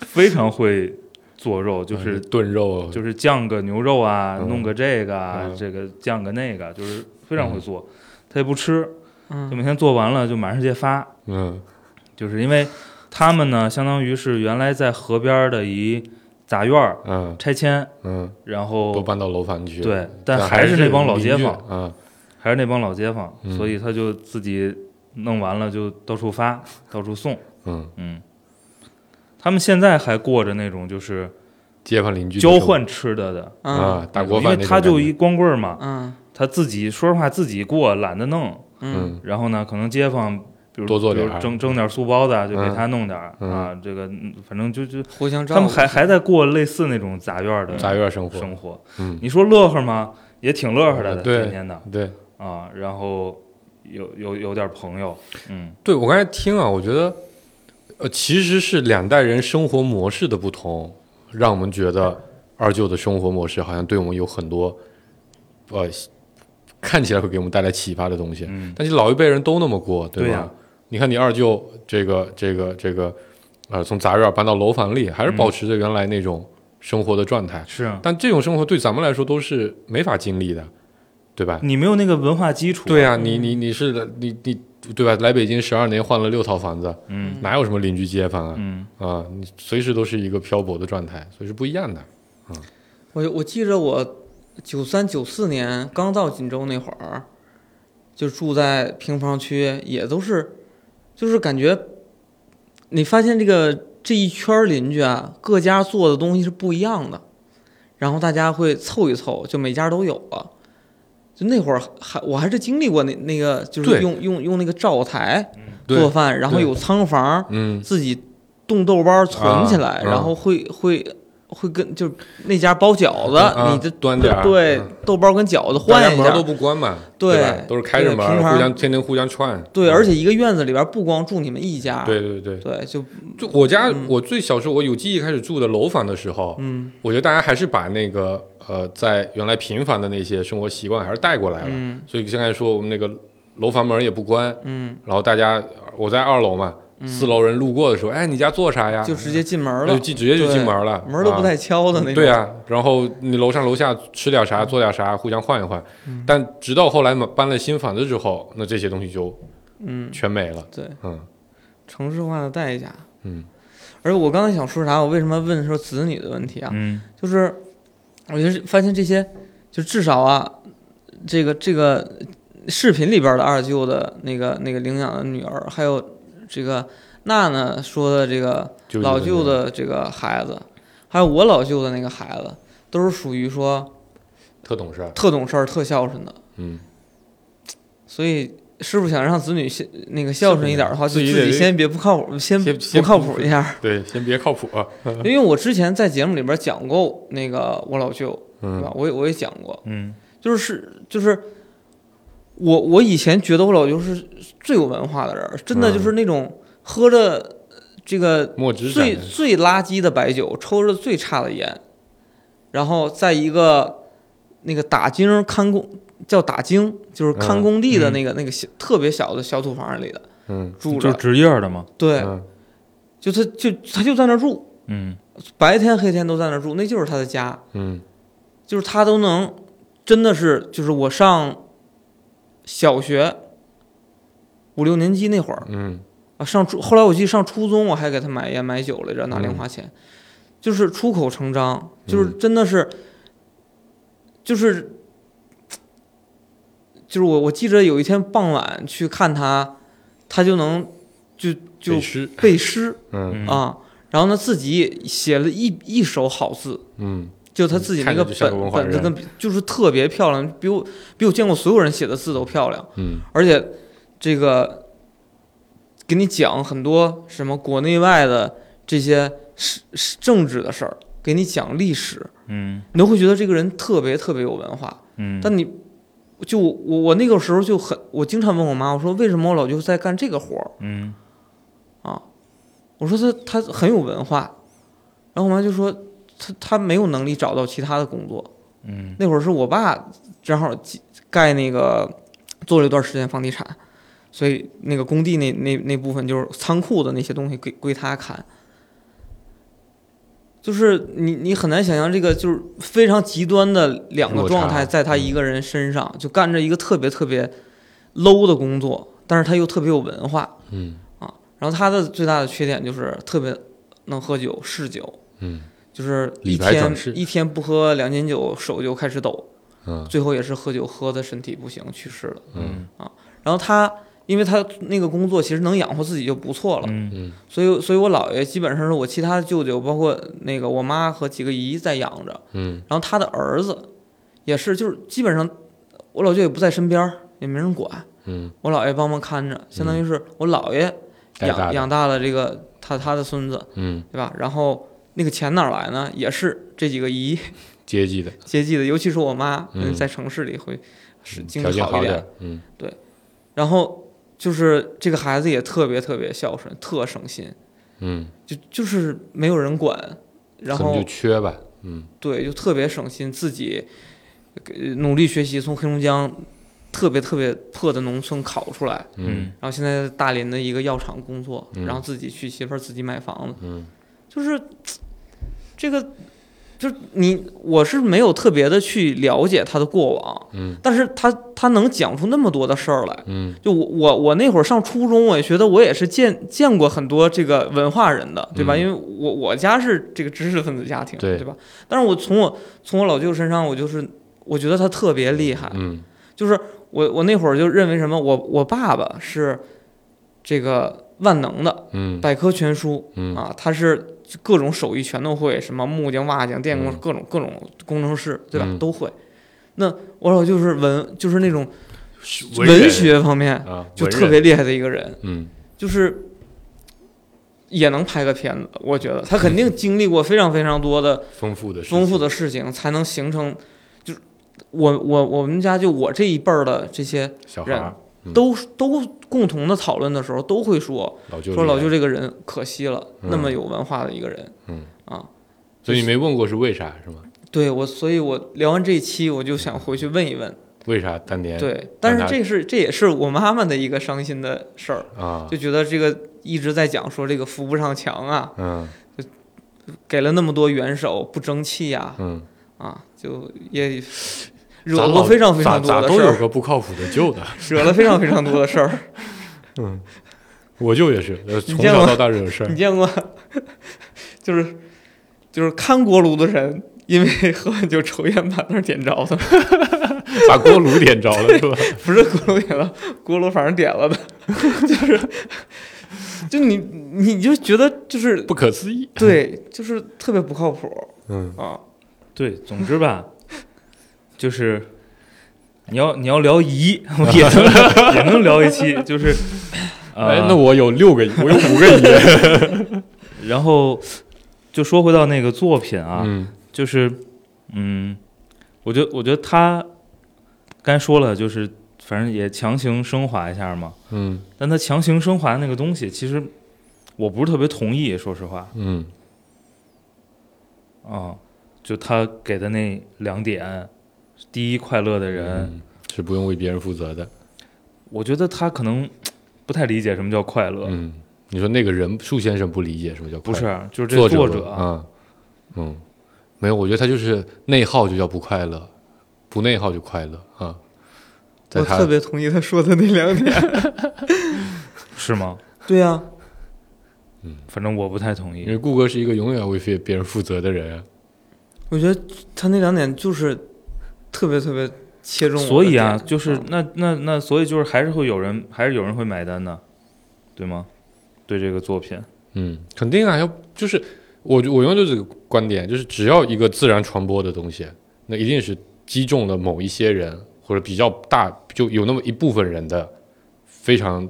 Speaker 4: 非常会做肉，就是
Speaker 5: 嗯炖肉，
Speaker 4: 就是酱个牛肉啊，
Speaker 5: 嗯
Speaker 4: 弄个这个啊，
Speaker 5: 嗯
Speaker 4: 这个酱个那个，就是非常会做。他也不吃，就
Speaker 3: 嗯
Speaker 4: 每天做完了就满世界发，
Speaker 5: 嗯
Speaker 4: 就是因为他们呢，相当于是原来在河边的一杂院儿
Speaker 5: 嗯
Speaker 4: 拆迁，
Speaker 5: 嗯，
Speaker 4: 然
Speaker 5: 都
Speaker 4: 后
Speaker 5: 搬到楼房去，啊
Speaker 4: 对，但
Speaker 5: 还
Speaker 4: 还是那帮老街
Speaker 5: 邻居
Speaker 4: 坊，
Speaker 5: 啊，
Speaker 4: 还是那帮老街坊，
Speaker 5: 嗯
Speaker 4: 所以他就自己弄完了就到处发，到处送，
Speaker 5: 嗯，
Speaker 4: 嗯。他们现在还过着那种就是
Speaker 5: 街坊邻居的
Speaker 4: 交换吃的的
Speaker 5: 生
Speaker 3: 嗯
Speaker 5: 活啊，大锅
Speaker 4: 因
Speaker 5: 饭
Speaker 4: 为
Speaker 5: 那种
Speaker 4: 他
Speaker 5: 感觉，
Speaker 4: 就一光棍儿嘛，
Speaker 3: 嗯
Speaker 4: 他自己说实话自己过懒得弄，
Speaker 3: 嗯
Speaker 5: 嗯
Speaker 4: 然后呢，可能街坊比如
Speaker 5: 多做
Speaker 4: 比如
Speaker 5: 点儿
Speaker 4: 蒸蒸点儿素包子啊，就给
Speaker 5: 嗯
Speaker 4: 他弄点儿
Speaker 5: 嗯
Speaker 4: 啊，这个嗯反正就就
Speaker 3: 互相照
Speaker 4: 他们
Speaker 3: 顾
Speaker 4: 还还在过类似那种杂院儿的
Speaker 5: 杂院生活，
Speaker 4: 生活。
Speaker 5: 嗯，
Speaker 4: 你说乐呵吗？也挺乐呵的，
Speaker 5: 对
Speaker 4: 天天的
Speaker 5: 对
Speaker 4: 啊，然后有有有点朋友，嗯
Speaker 5: 对，我刚才听啊，我觉得呃其实是两代人生活模式的不同，让我们觉得二舅的生活模式好像对我们有很多呃看起来会给我们带来启发的东西，
Speaker 4: 嗯
Speaker 5: 但是老一辈人都那么过，对吧？
Speaker 4: 对呀
Speaker 5: 你看你二舅这个这个这个，呃，从杂院搬到楼房里，还
Speaker 4: 嗯
Speaker 5: 是保持着原来那种生活的状态。
Speaker 4: 是啊
Speaker 5: 但这种生活对咱们来说都是没法经历的，对吧？
Speaker 4: 你没有那个文化基础，
Speaker 5: 对啊，你你你是你你对吧？来北京十二年换了六套房子，
Speaker 4: 嗯
Speaker 5: 哪有什么邻居街坊啊？
Speaker 4: 嗯
Speaker 5: 啊，你随时都是一个漂泊的状态，所以是不一样的。
Speaker 3: 我我记着我九三九四年刚到锦州那会儿，就住在平房区，也都是，就是感觉，你发现这个这一圈儿邻居啊，各家做的东西是不一样的，然后大家会凑一凑，就每家都有了。就那会儿还我还是经历过那那个，就是
Speaker 5: 对
Speaker 3: 用用用那个灶台
Speaker 5: 对
Speaker 3: 做饭，然后
Speaker 5: 对
Speaker 3: 有仓房，
Speaker 5: 嗯，
Speaker 3: 自己冻豆包存起来，
Speaker 5: 啊
Speaker 3: 然后会会会跟就那家包饺子，
Speaker 5: 啊
Speaker 3: 你这
Speaker 5: 端点儿
Speaker 3: 对、
Speaker 5: 嗯
Speaker 3: 豆包跟饺子
Speaker 5: 大家
Speaker 3: 换一
Speaker 5: 门
Speaker 3: 下
Speaker 5: 都。不关嘛，
Speaker 3: 对
Speaker 5: 吧？都是开着门
Speaker 3: 对平，常
Speaker 5: 互相天天互相串。
Speaker 3: 对，而且一个院子里边不光住你们一家，
Speaker 5: 嗯对对对，
Speaker 3: 对，就
Speaker 5: 就我家，我最小时候我有记忆开始住的楼房的时候，
Speaker 3: 嗯
Speaker 5: 我觉得大家还是把那个呃，在原来平凡的那些生活习惯还是带过来了。
Speaker 3: 嗯
Speaker 5: 所以现在说我们那个楼房门也不关，
Speaker 3: 嗯，
Speaker 5: 然后大家我在二楼嘛，四楼人路过的时候，哎，你家做啥呀？
Speaker 3: 就直接进门
Speaker 5: 那啊就
Speaker 3: 了，
Speaker 5: 进直接就进门了，
Speaker 3: 门都不
Speaker 5: 啊
Speaker 3: 带敲的那种。
Speaker 5: 对啊，然后你楼上楼下吃点啥，做点啥，互相换一换。
Speaker 3: 嗯
Speaker 5: 但直到后来嘛搬了新房子之后，那这些东西就
Speaker 3: 嗯，
Speaker 5: 全没了。
Speaker 3: 对，
Speaker 5: 嗯
Speaker 3: 城市化的代价。
Speaker 5: 嗯，
Speaker 3: 而我刚才想说啥，我为什么问说子女的问题啊？
Speaker 4: 嗯
Speaker 3: 就是我就是发现这些，就至少啊，这个这个视频里边的二舅的那个那个领养的女儿，还有这个娜娜说的这个
Speaker 5: 就
Speaker 3: 老舅
Speaker 5: 舅
Speaker 3: 的这个孩子，还有我老舅的那个孩子，都是属于说
Speaker 5: 特懂事儿，
Speaker 3: 特懂事儿、特孝顺的。
Speaker 5: 嗯，
Speaker 3: 所以师傅想让子女先那个孝顺一点的话，就
Speaker 5: 自
Speaker 3: 自
Speaker 5: 己
Speaker 3: 己
Speaker 5: 得
Speaker 3: 先别不靠谱，先
Speaker 5: 先
Speaker 3: 不
Speaker 5: 先
Speaker 3: 靠
Speaker 5: 不
Speaker 3: 谱一 下。
Speaker 5: 对，先别靠谱。啊
Speaker 3: 因为我之前在节目里边讲过那个我老舅，对吧
Speaker 5: 嗯？
Speaker 3: 我也我也讲过，
Speaker 4: 嗯
Speaker 3: 就是就是我我以前觉得我老舅是最有文化的人儿，真的
Speaker 5: 嗯
Speaker 3: 就是那种喝着呃这个
Speaker 5: 墨汁
Speaker 3: 最
Speaker 5: 展
Speaker 3: 最垃圾的白酒，抽着最差的烟，然后在一个那个打更看工叫打更，就是看
Speaker 5: 嗯
Speaker 3: 工地的
Speaker 4: 嗯
Speaker 3: 那个、那个小特别小的小土房里的
Speaker 5: 嗯，
Speaker 3: 住
Speaker 4: 就
Speaker 3: 着，
Speaker 4: 是职业的嘛，
Speaker 3: 对，
Speaker 5: 嗯
Speaker 3: 就他就他就在那儿住，
Speaker 4: 嗯
Speaker 3: 白天黑天都在那儿住，那就是他的家。
Speaker 5: 嗯
Speaker 3: 就是他都能，真的是就是我上小学五六年级那会儿
Speaker 5: 嗯
Speaker 3: 啊，上初后来我记得上初中我还给他买烟买酒来着，拿零花钱，就是出口成章，就是真的是，就是。就是我，我记着有一天傍晚去看他，他就能就就
Speaker 5: 背诗
Speaker 3: 背诗
Speaker 4: 嗯
Speaker 5: 嗯
Speaker 3: 啊，然后呢自己写了一一手好字，
Speaker 5: 嗯
Speaker 3: 就他自己那
Speaker 5: 看着就像
Speaker 3: 本
Speaker 5: 个文化
Speaker 3: 本子
Speaker 5: 人
Speaker 3: 跟笔就是特别漂亮，比我比我见过所有人写的字都漂亮，
Speaker 5: 嗯
Speaker 3: 而且这个给你讲很多什么国内外的这些是是政治的事儿，给你讲历史，
Speaker 4: 嗯
Speaker 3: 你都会觉得这个人特别特别有文化。
Speaker 4: 嗯，
Speaker 3: 但你就我我我那个时候就很，我经常问我妈，我说为什么我老舅在干这个活儿？
Speaker 4: 嗯
Speaker 3: 我说他他很有文化，然后我妈就说他他没有能力找到其他的工作。
Speaker 4: 嗯
Speaker 3: 那会儿是我爸正好继盖那个做了一段时间房地产，所以那个工地那那那部分就是仓库的那些东西归归他看。就是你你很难想象这个就是非常极端的两个
Speaker 5: 落
Speaker 3: 状态
Speaker 5: 差嗯
Speaker 3: 在他一个人身上，就干着一个特别特别 low 的工作，但是他又特别有文化。
Speaker 5: 嗯
Speaker 3: 然后他的最大的缺点就是特别能喝酒，嗜酒，
Speaker 5: 嗯
Speaker 3: 就是一
Speaker 5: 李白
Speaker 3: 天
Speaker 5: 转世
Speaker 3: 一天不喝两斤酒手就开始抖。
Speaker 5: 嗯
Speaker 3: 最后也是喝酒喝的身体不行去世了。
Speaker 4: 嗯
Speaker 3: 然后他，因为他那个工作其实能养活自己就不错了，
Speaker 4: 嗯
Speaker 5: 嗯
Speaker 3: 所以所以我姥爷基本上是我其他的舅舅，包括那个我妈和几个姨在养着。
Speaker 5: 嗯
Speaker 3: 然后他的儿子也是，就是基本上我老舅也不在身边儿，也没人管，
Speaker 5: 嗯，
Speaker 3: 我姥爷帮忙看着，相当于是我姥爷
Speaker 5: 带
Speaker 3: 养、
Speaker 5: 大的
Speaker 3: 养大了这个他他的孙子，
Speaker 5: 嗯，
Speaker 3: 对吧？然后那个钱哪儿来呢？也是这几个姨
Speaker 5: 阶级的
Speaker 3: 接济的，尤其是我妈，
Speaker 5: 嗯
Speaker 3: 在城市里会是经
Speaker 5: 条
Speaker 3: 济
Speaker 5: 件
Speaker 3: 好一
Speaker 5: 好
Speaker 3: 点。
Speaker 5: 点儿，嗯
Speaker 3: 然后就是这个孩子也特别特别孝顺，特省心，
Speaker 5: 嗯，
Speaker 3: 就就是没有人管，然
Speaker 5: 可能
Speaker 3: 后
Speaker 5: 就缺吧，嗯
Speaker 3: 对，就特别省心，自己呃努力学习，从黑龙江特别特别破的农村考出来，
Speaker 5: 嗯
Speaker 3: 然后现在在大连的一个药厂工作，
Speaker 5: 嗯
Speaker 3: 然后自己娶媳妇儿，自己买房子，
Speaker 5: 嗯
Speaker 3: 就是这个。就是你，我是没有特别的去了解他的过往，
Speaker 5: 嗯
Speaker 3: 但是他他能讲出那么多的事儿来，
Speaker 5: 嗯
Speaker 3: 就我我我那会儿上初中，我也觉得我也是见见过很多这个文化人的，对吧？
Speaker 5: 嗯
Speaker 3: 因为我我家是这个知识分子家庭，
Speaker 5: 对
Speaker 3: 吧？但是我从我从我老舅身上，我就是我觉得他特别厉害，
Speaker 5: 嗯
Speaker 3: 就是我我那会儿就认为什么，我我爸爸是这个万能的，
Speaker 5: 嗯
Speaker 3: 百科全书
Speaker 5: 嗯
Speaker 3: 啊，他是各种手艺全都会，什么木匠、瓦匠、电工，
Speaker 5: 嗯
Speaker 3: 各种各种工程师，对吧？
Speaker 5: 嗯
Speaker 3: 都会。那我老舅是文，就是那种
Speaker 5: 人
Speaker 3: 文学方面
Speaker 5: 啊，
Speaker 3: 就
Speaker 5: 文
Speaker 3: 特
Speaker 5: 人
Speaker 3: 别厉害的一个人。
Speaker 5: 嗯
Speaker 3: 就是也能拍个片子，我觉得他肯定经历过非常非常多的
Speaker 5: 丰富的事情
Speaker 3: 丰富的事情，才能形成。就是我我我们家就我这一辈儿的这些
Speaker 5: 小孩
Speaker 3: 人
Speaker 5: 儿，
Speaker 3: 都都共同的讨论的时候，都会说
Speaker 5: 老舅
Speaker 3: 说
Speaker 5: 厉
Speaker 3: 老
Speaker 5: 害
Speaker 3: 舅这个人可惜了，
Speaker 5: 嗯
Speaker 3: 那么有文化的一个人。
Speaker 5: 嗯
Speaker 3: 啊，
Speaker 5: 所以你没问过是为啥是吗？
Speaker 3: 对我，所以我聊完这一期，我就想回去问一问。
Speaker 5: 为啥当年
Speaker 3: 对，但是
Speaker 5: 他
Speaker 3: 这是这也是我妈妈的一个伤心的事儿，
Speaker 5: 啊
Speaker 3: 就觉得这个一直在讲说这个扶不上墙啊，
Speaker 5: 嗯
Speaker 3: 给了那么多元首不争气呀、
Speaker 5: 嗯，
Speaker 3: 啊，就也惹
Speaker 5: 咱
Speaker 3: 过
Speaker 5: 老
Speaker 3: 非常非常
Speaker 5: 咋
Speaker 3: 多
Speaker 5: 咋
Speaker 3: 的
Speaker 5: 都
Speaker 3: 事
Speaker 5: 有
Speaker 3: 儿，
Speaker 5: 个不靠谱的舅的，
Speaker 3: 惹了非常非常多的事 儿。
Speaker 5: 嗯我舅也是，呃从
Speaker 3: 见
Speaker 5: 小
Speaker 3: 过
Speaker 5: 到大惹事儿
Speaker 3: 你，见过，就是就是看锅炉的人，因为喝完酒抽烟把那儿点着的，
Speaker 5: 把锅炉点着了 是吧？
Speaker 3: 不是锅炉点了，锅炉反正点了的，就是就你你就觉得就是
Speaker 5: 不可思议，
Speaker 3: 对，就是特别不靠谱
Speaker 5: 嗯，
Speaker 3: 啊。
Speaker 4: 对，总之吧，就是你要你要聊姨，我也能也能聊一期，就是呃，
Speaker 5: 哎，那我有六个，我有五个 爷，
Speaker 4: 然后就说回到那个作品啊，
Speaker 5: 嗯
Speaker 4: 就是嗯，我觉得我觉得他刚才说了，就是反正也强行升华一下嘛，
Speaker 5: 嗯
Speaker 4: 但他强行升华那个东西，其实我不是特别同意，说实话
Speaker 5: 嗯
Speaker 4: 啊、就他给的那两点，第一快乐的人。
Speaker 5: 嗯，是不用为别人负责的，
Speaker 4: 我觉得他可能不太理解什么叫快乐，
Speaker 5: 嗯，你说那个人树先生不理解什么叫
Speaker 4: 不
Speaker 5: 快乐
Speaker 4: 是，就是这
Speaker 5: 作
Speaker 4: 作
Speaker 5: 者啊，嗯嗯，没有，我觉得他就是内耗就叫不快乐，不内耗就快乐啊，在
Speaker 3: 我
Speaker 5: 他
Speaker 3: 特别同意他说的那两 点。
Speaker 4: 是吗？
Speaker 3: 对啊呀、
Speaker 4: 反正我不太同
Speaker 5: 因
Speaker 4: 意
Speaker 5: 为。顾哥是一个永远为别别人负责的人啊，
Speaker 3: 我觉得他那两点就是特别特别切中我的点。
Speaker 4: 所以啊，就是
Speaker 3: 嗯
Speaker 4: 那那那，所以就是还是会有人，还是有人会买单的，对吗？对这个作品，
Speaker 5: 嗯，肯定啊，要就是我我永远就是这个观点，就是只要一个自然传播的东西，那一定是击中了某一些人或者比较大，就有那么一部分人的非常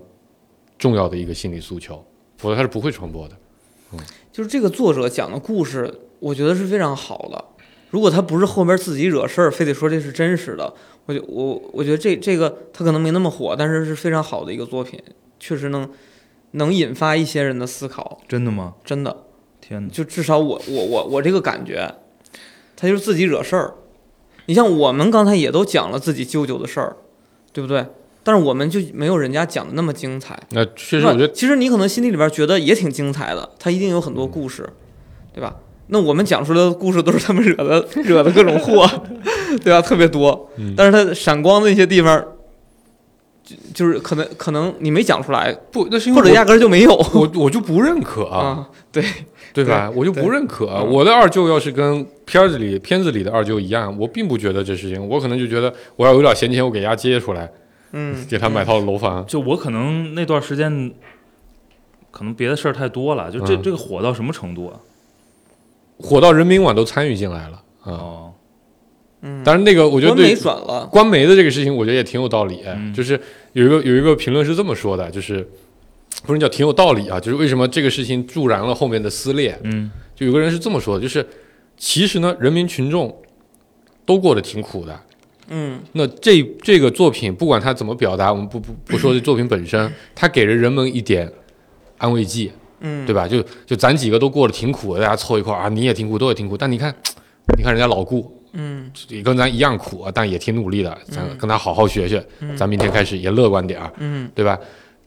Speaker 5: 重要的一个心理诉求，否则他是不会传播的。
Speaker 3: 就是这个作者讲的故事，我觉得是非常好的。如果他不是后边自己惹事儿，非得说这是真实的，我觉我我觉得这这个他可能没那么火，但是是非常好的一个作品，确实能能引发一些人的思考，
Speaker 4: 真的吗？
Speaker 3: 真的。
Speaker 4: 天哪！
Speaker 3: 就至少我我我我这个感觉，他就是自己惹事儿。你像我们刚才也都讲了自己舅舅的事儿，对不对？但是我们就没有人家讲的那么精彩。
Speaker 5: 那确
Speaker 3: 其
Speaker 5: 实，我觉得，嗯
Speaker 3: 其实你可能心里里边觉得也挺精彩的，他一定有很多故事，对吧？那我们讲出来的故事都是他们惹的惹的各种祸， 对吧？特别多，
Speaker 5: 嗯
Speaker 3: 但是他闪光的那些地方，就就是可能可能你没讲出来，
Speaker 5: 不，那是因
Speaker 3: 或者
Speaker 5: 为
Speaker 3: 压根儿就没有
Speaker 5: 我我我就不认可啊，
Speaker 3: 啊。对，
Speaker 5: 对吧？我就不认可啊。我的二舅要是跟片儿子里片子里的二舅一样，我并不觉得这事情，我可能就觉得我要有点闲钱，我给家接出来，
Speaker 3: 嗯，
Speaker 5: 给他买套楼房。
Speaker 4: 就我可能那段时间，可能别的事儿太多了，就这、
Speaker 5: 嗯
Speaker 4: 这个火到什么程度啊？
Speaker 5: 火到人民网都参与进来了啊。
Speaker 4: 哦，
Speaker 5: 当然，那个我觉得
Speaker 3: 官媒
Speaker 5: 对
Speaker 3: 转了，
Speaker 5: 官媒的这个事情，我觉得也挺有道理。
Speaker 4: 嗯
Speaker 5: 就是有一个有一个评论是这么说的，就是不是叫挺有道理啊，就是为什么这个事情助燃了后面的撕裂？
Speaker 4: 嗯
Speaker 5: 就有个人是这么说的，就是其实呢，人民群众都过得挺苦的。
Speaker 3: 嗯
Speaker 5: 那这这个作品，不管它怎么表达，我们不不不说这作品 本身，它给了人们一点安慰剂，
Speaker 3: 嗯，
Speaker 5: 对吧？就就咱几个都过得挺苦的，大家凑一块儿啊，你也挺苦，都也挺苦。但你看，你看人家老顾，
Speaker 3: 嗯
Speaker 5: 也跟咱一样苦啊，但也挺努力的，咱跟他好好学学，
Speaker 3: 嗯
Speaker 5: 咱明天开始也乐观点儿，
Speaker 3: 嗯
Speaker 5: 对吧？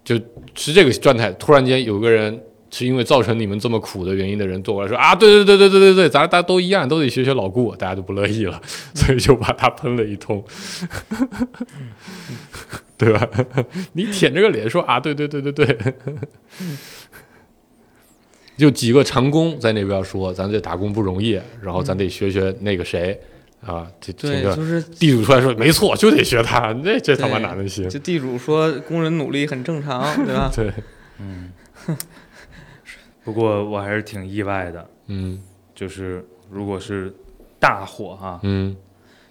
Speaker 5: 就是这个状态，突然间有个人是因为造成你们这么苦的原因的人坐过来说啊，对对对对对对对，咱大家都一样，都得学学老顾，大家就不乐意了，
Speaker 3: 嗯
Speaker 5: 所以就把他喷了一通，
Speaker 3: 嗯
Speaker 5: 对吧？你舔着个脸说啊，对对对对对。
Speaker 3: 嗯
Speaker 5: 就几个长工在那边说，咱这打工不容易，然后咱得学学那个谁啊，这
Speaker 3: 嗯
Speaker 5: 这
Speaker 3: 对，
Speaker 5: 个
Speaker 3: 就是
Speaker 5: 地主出来说没错，就得学他，那这他妈哪能行？？
Speaker 3: 就地主说工人努力很正常，对吧
Speaker 5: 对，
Speaker 4: 嗯。不过我还是挺意外的，
Speaker 5: 嗯
Speaker 4: 就是如果是大火啊哈、
Speaker 5: 嗯，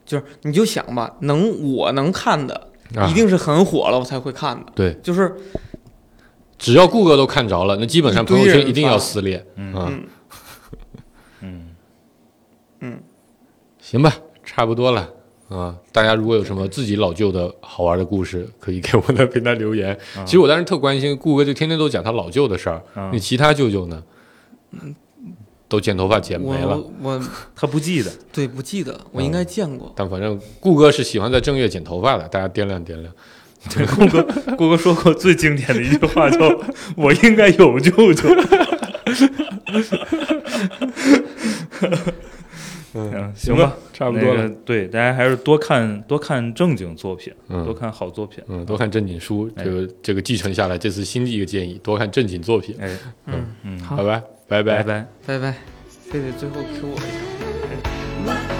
Speaker 3: 就是你就想吧，能我能看的，
Speaker 5: 啊
Speaker 3: 一定是很火了我才会看的。
Speaker 5: 对
Speaker 3: 就是
Speaker 5: 只要顾客都看着了，那基本上朋友圈一定要撕裂。
Speaker 4: 嗯
Speaker 5: 啊
Speaker 3: 嗯
Speaker 4: 嗯，
Speaker 5: 行吧，差不多了啊。大家如果有什么自己老舅的好玩的故事，可以给我的平台留言。其实我当时特关心，顾哥就天天都讲他老舅的事儿，
Speaker 4: 嗯
Speaker 5: 你其他舅舅呢？都剪头发剪没了。
Speaker 3: 我我
Speaker 4: 他不记得，
Speaker 3: 对不记得，我应该见过。
Speaker 5: 但反正顾哥是喜欢在正月剪头发的，大家掂量掂量。
Speaker 4: 顾哥，顾哥说过最经典的一句话 叫“我应该有舅舅”。嗯，行吧，
Speaker 5: 差不多了
Speaker 4: 那个对，大家还是多看多看正经作品，
Speaker 5: 嗯
Speaker 4: 多看好作品。
Speaker 5: 嗯，多看正经书，
Speaker 4: 哎
Speaker 5: 这个这个继承下来，这次新的一个建议，多看正经作品，
Speaker 4: 哎，
Speaker 3: 嗯，
Speaker 4: 嗯，
Speaker 3: 好
Speaker 5: 好吧，拜
Speaker 4: 拜拜。
Speaker 3: 拜拜，非得最后 Q 我一下。
Speaker 2: 「わか Oh,